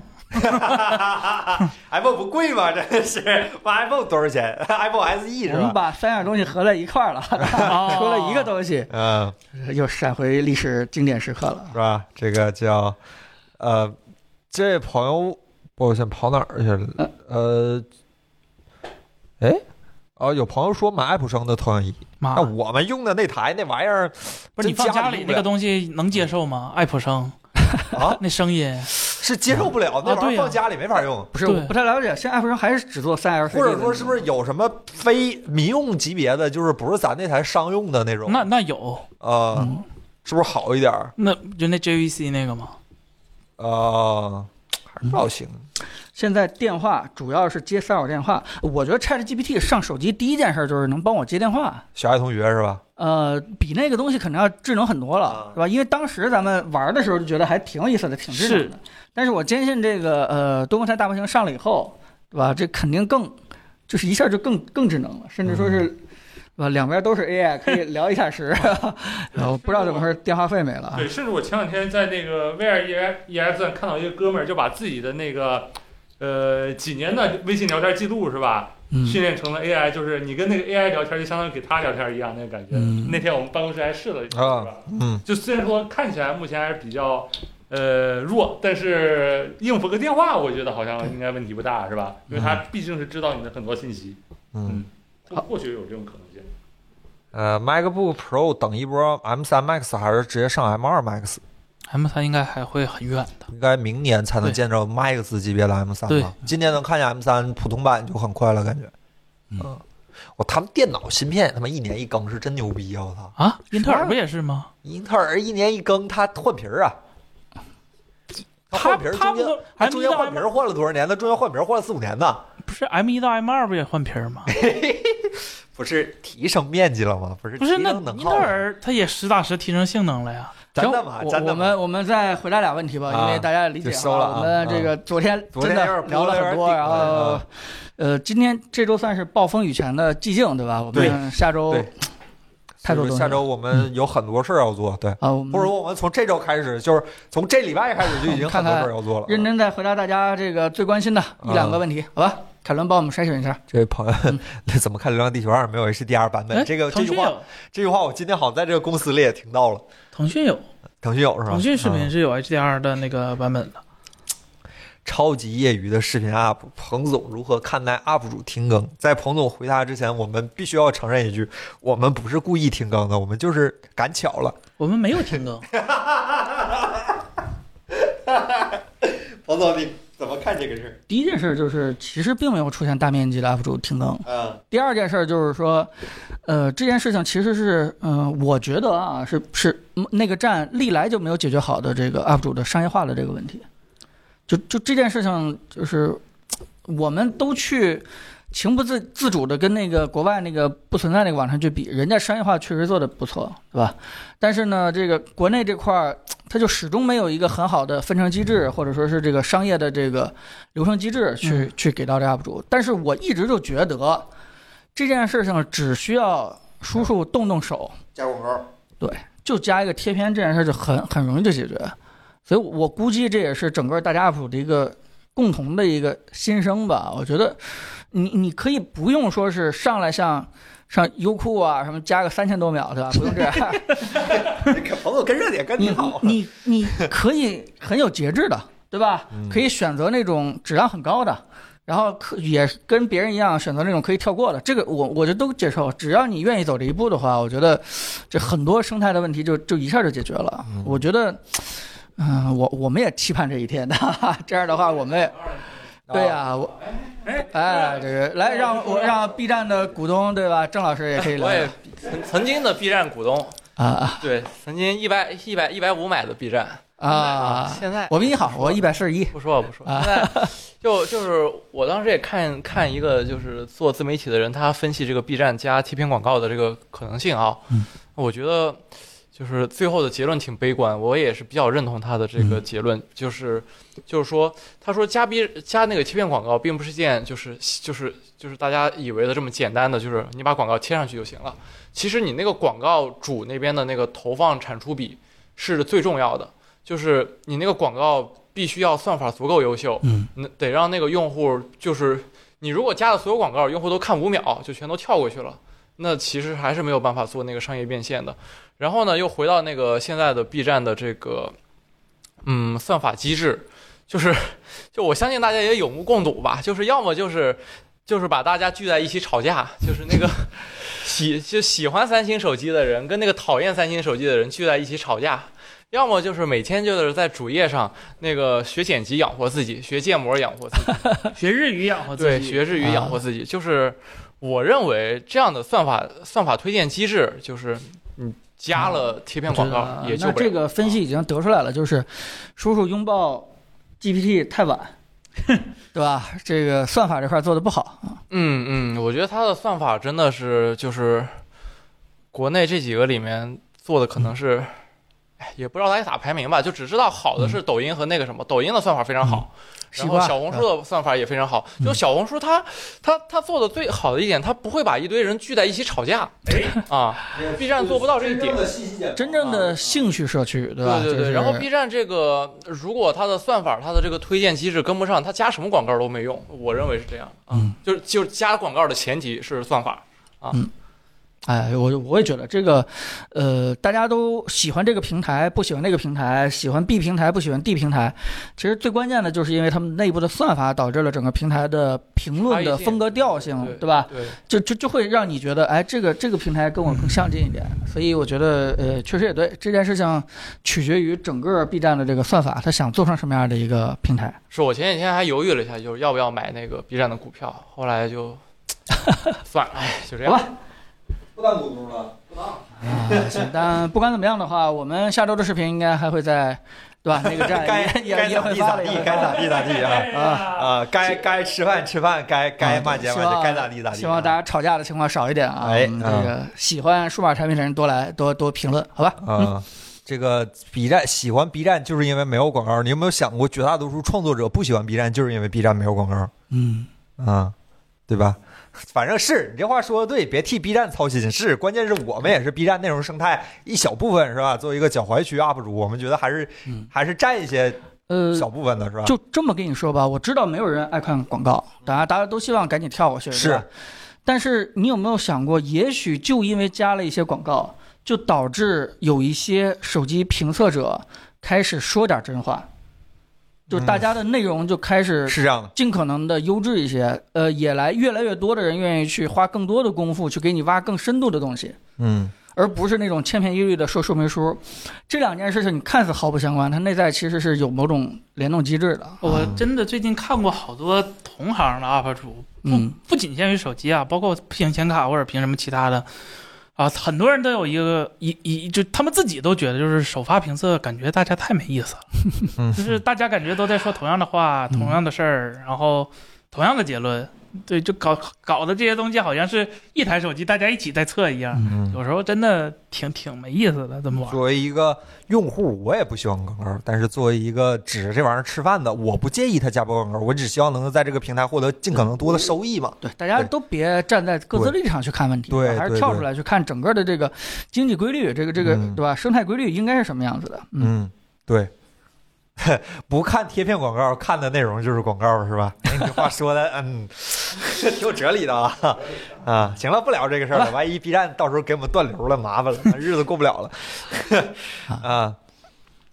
Speaker 1: iPhone 不贵吧？真的是，把 iPhone 多少钱？iPhone E SE
Speaker 3: 我们？把三样东西合在一块儿了，
Speaker 2: 哦
Speaker 3: 出了一个东西，
Speaker 1: 嗯，
Speaker 3: 又闪回历史经典时刻了。
Speaker 1: 是吧？这个叫呃，这位朋友，我先跑哪儿去了？呃，哎。哦，有朋友说买爱普生的投影仪，
Speaker 2: 妈
Speaker 1: 那，我们用的那台那玩意儿，
Speaker 2: 啊不是你放
Speaker 1: 这家
Speaker 2: 家
Speaker 1: 里
Speaker 2: 里
Speaker 1: 用不
Speaker 2: 那个
Speaker 1: 了
Speaker 2: 东西能接受吗？爱普生
Speaker 1: 啊，
Speaker 2: 那声音，
Speaker 1: 是接受不了，那玩
Speaker 2: 啊对
Speaker 1: 意儿
Speaker 2: 呀啊
Speaker 1: 放家里没法用。
Speaker 3: 不是，
Speaker 2: 对
Speaker 3: 我不太了解，现在爱普生还是只做三 L，
Speaker 1: 或者说是不是有什么非民用级别的，就是不是咱那台商用的那种？
Speaker 2: 那嗯那有，
Speaker 1: 呃，是不是好一点儿？
Speaker 2: 那就那 JVC 那个吗？
Speaker 1: 呃，还是造型。
Speaker 3: 现在电话主要是接三 L 电话？我觉得 Chat GPT 上手机第一件事就是能帮我接电话。
Speaker 1: 小爱同学是吧？
Speaker 3: 呃，比那个东西肯定要智能很多了
Speaker 1: 啊，
Speaker 3: 是吧？因为当时咱们玩的时候就觉得还挺有意思的，挺智能的。但是我坚信这个呃多模态大模型上了以后，对吧？这肯定更就是一下就更更智能了，甚至说是，对吧？两边都是 AI，可以聊一小 时，然后不知道怎么回事，电话费没了啊。
Speaker 4: 对，甚至我前两天在那个 VR EX 上看到一个哥们儿，就把自己的那个呃几年的微信聊天记录是吧，
Speaker 3: 嗯
Speaker 4: 训练成了 AI，就是你跟那个 AI 聊天，就相当于给他聊天一样那个感觉。
Speaker 3: 嗯
Speaker 4: 那天我们办公室还试了一下，
Speaker 1: 啊
Speaker 4: 是吧？
Speaker 1: 嗯，
Speaker 4: 就虽然说看起来目前还是比较呃弱，但是应付个电话，我觉得好像应该问题不大，是吧？
Speaker 3: 嗯
Speaker 4: 因为它毕竟是知道你的很多信息，
Speaker 1: 嗯，
Speaker 4: 或或许有这种可能性。
Speaker 1: 呃，MacBook Pro 等一波 M3 Max 还是直接上 M2 Max？
Speaker 2: M 三应该还会很远的，
Speaker 1: 应该明年才能
Speaker 2: 对
Speaker 1: 见着 Max 级别的 M3
Speaker 2: 对
Speaker 1: 吧？今年能看见 M3 普通版就很快了，感觉。嗯，我他们电脑芯片他妈一年一更是真牛逼啊！我操，
Speaker 2: 啊，英特
Speaker 3: 是
Speaker 2: 尔
Speaker 3: 吗
Speaker 2: 不也是吗？
Speaker 1: 英特尔一年一更，它换皮儿啊。它
Speaker 2: 它
Speaker 1: 换皮儿
Speaker 2: 它
Speaker 1: 中
Speaker 2: 不
Speaker 1: 间
Speaker 2: 都
Speaker 1: 它
Speaker 2: M
Speaker 1: 中
Speaker 2: 一
Speaker 1: 间
Speaker 2: 到
Speaker 1: 换
Speaker 2: M
Speaker 1: 皮儿换了多少年？它中间换皮儿换了四五年呢？
Speaker 2: 不是 M 一到 M 二不也换皮儿 吗？
Speaker 1: 不是提升面积了吗？不是
Speaker 2: 不
Speaker 1: 提
Speaker 2: 是，
Speaker 1: 升
Speaker 2: 那
Speaker 1: 能
Speaker 2: 英特
Speaker 1: 耗了吗？
Speaker 2: 尔它也实打实提升性能了呀。
Speaker 1: 真
Speaker 3: 行，
Speaker 1: 的吗？
Speaker 3: 我
Speaker 1: 真的
Speaker 3: 我
Speaker 1: 吗？
Speaker 3: 们我们再回答俩问题吧，
Speaker 1: 啊
Speaker 3: 因为大家也理解
Speaker 1: 就收了啊
Speaker 3: 我们这个昨天
Speaker 1: 昨
Speaker 3: 真
Speaker 1: 天有
Speaker 3: 的
Speaker 1: 点
Speaker 3: 聊了很多，
Speaker 1: 有点
Speaker 3: 然后
Speaker 1: 嗯
Speaker 3: 呃，今天这周算是暴风雨前的寂静，对吧？我们
Speaker 1: 对
Speaker 3: 下周
Speaker 1: 对
Speaker 3: 太
Speaker 1: 所
Speaker 3: 多
Speaker 1: 以
Speaker 3: 东
Speaker 1: 说
Speaker 3: 西
Speaker 1: 下周我们有很多事儿要做，对，
Speaker 3: 啊，我们
Speaker 1: 或者我们从这周开始，就是从这礼拜开始就已经很
Speaker 3: 看
Speaker 1: 多
Speaker 3: 看
Speaker 1: 事儿要做了。啊
Speaker 3: 认真在回答大家这个最关心的一两个问题，好吧？凯伦帮我们筛选一下，
Speaker 1: 这位朋友
Speaker 3: 嗯，
Speaker 1: 那怎么看《流浪地球二》没有 HDR 版
Speaker 2: 哎
Speaker 1: 本？这个这
Speaker 2: 腾
Speaker 1: 句
Speaker 2: 讯
Speaker 1: 话，
Speaker 2: 有，
Speaker 1: 这句话我今天好像在这个公司里也听到了。
Speaker 2: 腾讯有，
Speaker 1: 腾讯有是吧？
Speaker 2: 腾讯视
Speaker 5: 啊
Speaker 2: 频
Speaker 1: 嗯
Speaker 2: 是有 HDR 的那个版本的。
Speaker 1: 超级业余的视频 UP，彭总如何看待 UP 主停更？在彭总回答之前，我们必须要承认一句：我们不是故意停更的，我们就是赶巧了。
Speaker 2: 我们没有停更，
Speaker 1: 彭总，你怎么看这个事
Speaker 3: 第一件事就是其实并没有出现大面积的 UP 主停更。
Speaker 1: 儿？嗯
Speaker 3: 第二件事就是说，呃，这件事情其实是，嗯、我觉得啊，是是嗯那个站历来就没有解决好的这个 UP 主的商业化的这个问题。就就这件事情，就是嘖我们都去情不自自主的跟那个国外那个不存在那个网上去比，人家商业化确实做的不错，对吧？但是呢，这个国内这块儿，嘖它就始终没有一个很好的分成机制，或者说是这个商业的这个流程机制去、
Speaker 2: 嗯
Speaker 3: 去给到这 UP 主。但是我一直就觉得这件事情只需要叔叔动动手，
Speaker 1: 加广 告。
Speaker 3: 就加一个贴片，这件事儿就很很容易就解决。所以我估计这也是整个大家 UP 主的一个共同的一个心声吧。我觉得你你可以不用说是上来像像优酷啊什么加个三千多秒对吧？不用这样，
Speaker 1: 彭总跟热点跟
Speaker 3: 你
Speaker 1: 挺好。
Speaker 3: 你你你可以很有节制的，对吧？
Speaker 1: 嗯
Speaker 3: 可以选择那种质量很高的，然后可也跟别人一样选择那种可以跳过的，这个我我就都接受。只要你愿意走这一步的话，我觉得这很多生态的问题就就一下就解决了。我觉得，嗯、我我们也期盼这一天的， 这样的话我们也。对啊呀、我，
Speaker 5: 啊
Speaker 3: 哎，这个来让我让 B 站的股东对吧，郑老师也可以
Speaker 5: 我也
Speaker 3: 来
Speaker 5: 曾曾经的 B 站股东，
Speaker 3: 啊啊
Speaker 5: 对，曾经一百一百一百五买的 B 站
Speaker 3: 啊！
Speaker 5: 现在
Speaker 3: 我比你好，我一百四十一
Speaker 5: 不说不说，
Speaker 3: 啊
Speaker 5: 现在就就是我当时也看看一个就是做自媒体的人，他分析这个 B 站加贴片广告的这个可能性啊，
Speaker 3: 嗯
Speaker 5: 我觉得就是最后的结论挺悲观，我也是比较认同他的这个结论，就是就是说，他说加 B 加那个贴片广告并不是件就是就是就是大家以为的这么简单的，就是你把广告贴上去就行了，其实你那个广告主那边的那个投放产出比是最重要的。就是你那个广告必须要算法足够优秀，
Speaker 3: 嗯，
Speaker 5: 那得让那个用户就是你如果加的所有广告，用户都看五秒就全都跳过去了，那其实还是没有办法做那个商业变现的。然后呢，又回到那个现在的 B 站的这个嗯算法机制，就是就我相信大家也有目共睹吧，就是要么就是。就是把大家聚在一起吵架，就是那个 喜就喜欢三星手机的人跟那个讨厌三星手机的人聚在一起吵架，要么就是每天就是在主页上那个学剪辑养活自己，学建模养 活自己，
Speaker 2: 学日语养活自
Speaker 5: 对，
Speaker 2: 己，
Speaker 5: 学日语养
Speaker 3: 啊
Speaker 5: 活自己。就是我认为这样的算法算法推荐机制，就是你加了贴片广
Speaker 3: 嗯我觉
Speaker 5: 告
Speaker 3: 得
Speaker 5: 也救
Speaker 3: 那
Speaker 5: 不了。
Speaker 3: 这个分析已经得出来了，就是叔叔拥抱 GPT 太晚， 对吧？这个算法这块做的不好啊。
Speaker 5: 嗯嗯，我觉得它的算法真的是就是国内这几个里面做的可
Speaker 3: 嗯
Speaker 5: 能是，哎也不知道它咋排名吧，就只知道好的是
Speaker 3: 嗯
Speaker 5: 抖音和那个什么，抖音的算法非常好，
Speaker 3: 西
Speaker 5: 然后
Speaker 3: 瓜，啊
Speaker 5: 小红书的算法也非常好。
Speaker 3: 嗯
Speaker 5: 就小红书它它它做的最好的一点，它不会把一堆人聚在一起吵架 啊。B 站做不到这一点。
Speaker 3: 真正
Speaker 1: 啊
Speaker 3: 的兴趣社区，对吧？
Speaker 5: 对
Speaker 3: 就
Speaker 5: 对对，
Speaker 3: 是
Speaker 5: 然后 B 站这个，如果它的算法、它的这个推荐机制跟不上，它加什么广告都没用，我认为是这样。啊
Speaker 3: 嗯，
Speaker 5: 就是就是加广告的前提是算法。
Speaker 3: 哎，我我也觉得这个，呃，大家都喜欢这个平台，不喜欢那个平台，喜欢 B 平台，不喜欢 D 平台。其实最关键的就是因为他们内部的算法导致了整个平台的评论的
Speaker 5: 差异性
Speaker 3: 风格调性，
Speaker 5: 对
Speaker 3: 对吧？
Speaker 5: 对，
Speaker 3: 就就就会让你觉得，哎，这个这个平台跟我更相近一点，所以我觉得，呃，确实也对，这件事情取决于整个 B 站的这个算法，它想做成什么样的一个平台。
Speaker 5: 是我前几天还犹豫了一下，就是要不要买那个 B 站的股票，后来就 算了，哎，就这样
Speaker 3: 好。
Speaker 1: 不当股东了。
Speaker 3: 啊，行，但不管怎么样的话，我们下周的视频应该还会在，对吧？那个站
Speaker 1: 该
Speaker 3: 也也
Speaker 1: 该
Speaker 3: 也
Speaker 1: 咋
Speaker 3: 会
Speaker 1: 地
Speaker 3: 发
Speaker 1: 咋
Speaker 3: 的，也
Speaker 1: 地，
Speaker 3: 会
Speaker 1: 该
Speaker 3: 发
Speaker 1: 咋
Speaker 3: 的
Speaker 1: 地咋地啊！
Speaker 3: 啊。
Speaker 1: 啊，该该吃饭吃饭，该该骂街骂街，该咋地咋地啊。
Speaker 3: 希望大家吵架的情况少一点啊！
Speaker 1: 哎
Speaker 3: 我们这个喜欢数码产品的人多来多多评论，好吧？
Speaker 1: 啊、 这个 B 站喜欢 B 站就是因为没有广告。你有没有想过，绝大多数创作者不喜欢 B 站，就是因为 B 站没有广告
Speaker 3: 嗯，
Speaker 1: 啊？对吧？ 反正是你这话说的对，别替 B 站操心。是，关键是我们也是 B 站内容生态一小部分，是吧？作为一个脚踝区 UP 主，我们觉得还是、
Speaker 3: 嗯
Speaker 1: 还是占一些
Speaker 3: 呃，
Speaker 1: 小啊部分的，是吧？
Speaker 3: 就这么跟你说吧，我知道没有人爱看广告，大家大家都希望赶紧跳过去，
Speaker 1: 是
Speaker 3: 对吧。但是你有没有想过，也许就因为加了一些广告，就导致有一些手机评测者开始说点真话，就
Speaker 1: 嗯
Speaker 3: 是大家的内容就开始
Speaker 1: 是这样的，
Speaker 3: 尽可能的优质一些，呃，也来越来越多的人愿意去花更多的功夫去给你挖更深度的东西。
Speaker 1: 嗯，
Speaker 3: 而不是那种千篇一律的说说明书，这两件事情你看似毫不相关，它内在其实是有某种联动机制的。
Speaker 2: 我真的最近看过好多同行的 UP 主，不
Speaker 3: 嗯
Speaker 2: 不仅限于手机啊，包括凭显卡或者凭什么其他的，啊，很多人都有一个一一就他们自己都觉得就是首发评测，感觉大家太没意思了，
Speaker 1: 嗯
Speaker 2: 就是大家感觉都在说同样的话、
Speaker 3: 嗯
Speaker 2: 同样的事儿，然后同样的结论，对，就搞搞的这些东西好像是一台手机大家一起在测一样，
Speaker 1: 嗯
Speaker 2: 有时候真的挺挺没意思的，这么玩儿。
Speaker 1: 作为一个用户，我也不希望广告，但是作为一个指着这玩意儿吃饭的，我不介意他加播广告，我只希望能够在这个平台获得尽可能多的收益嘛。
Speaker 3: 对，大家
Speaker 1: 对
Speaker 3: 都别站在各自
Speaker 1: 对
Speaker 3: 立场去看问题，
Speaker 1: 对
Speaker 3: 还是
Speaker 1: 对
Speaker 3: 跳
Speaker 1: 对
Speaker 3: 出来去看整个的这个经济规律，这个这个、
Speaker 1: 嗯
Speaker 3: 对吧？生态规律应该是什么样子的？嗯，
Speaker 1: 嗯，对， 不看贴片广告，看的内容就是广告，是 吧？哎，你这话说的，嗯， 这挺有哲理的啊 啊！行了，不聊这个事儿 了，万一 B 站到时候给我们断流了，麻烦了，日子过不了 了啊。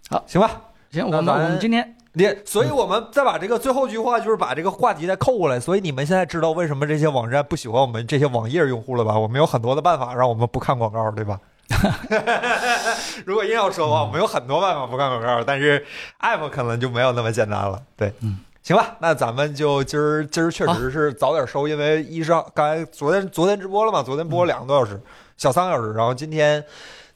Speaker 3: 好，
Speaker 1: 行吧。
Speaker 3: 行，
Speaker 1: 那
Speaker 3: 我们我
Speaker 1: 咱
Speaker 3: 们今天
Speaker 1: 连，所以我们再把这个最后一句话，就是把这个话题再扣过来。所以你们现在知道为什么这些网站不喜欢我们这些网页用户了吧？我们有很多的办法让我们不看广告，对吧？ 如果硬要说的话，我们有很多办法不看广告，但是 app 可能就没有那么简单了。对，
Speaker 3: 嗯。
Speaker 1: 行吧，那咱们就今儿今儿确实是早点收，因为一是刚才昨天昨天直播了嘛，昨天播了两个多小时，小三个小时，然后今天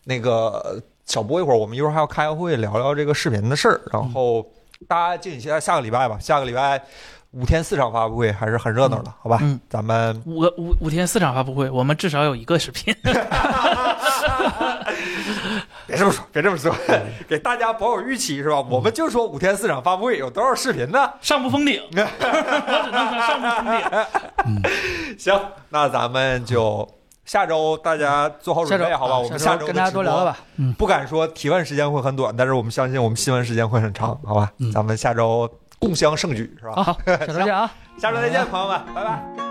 Speaker 1: 那个小播一会儿，我们一会儿还要开个会聊聊这个视频的事儿，然后大家敬请期待下个礼拜吧，下个礼拜五天四场发布会还是很热闹的，好吧？
Speaker 2: 嗯
Speaker 1: 咱们
Speaker 2: 五个五五天四场发布会，我们至少有一个视频。
Speaker 1: 别 这么说，别这么说， 给大家保有预期是吧？我们就说五天四场发布会有多少视频呢？
Speaker 2: 上不封顶，我只能说上不封顶。
Speaker 1: 行，那咱们就下周大家做好
Speaker 3: 下
Speaker 1: 准
Speaker 3: 周
Speaker 1: 备，好吧？
Speaker 3: 啊
Speaker 1: 我们
Speaker 3: 下
Speaker 1: 周
Speaker 3: 跟大家多聊聊
Speaker 1: 吧。
Speaker 3: 吧。嗯，
Speaker 1: 不敢说提问时间会很短，但是我们相信我们新闻时间会很长，好吧？
Speaker 3: 嗯
Speaker 1: 咱们下周共襄盛举，是吧？
Speaker 3: 好，下周见啊。
Speaker 1: 下周再见，朋友们，拜拜。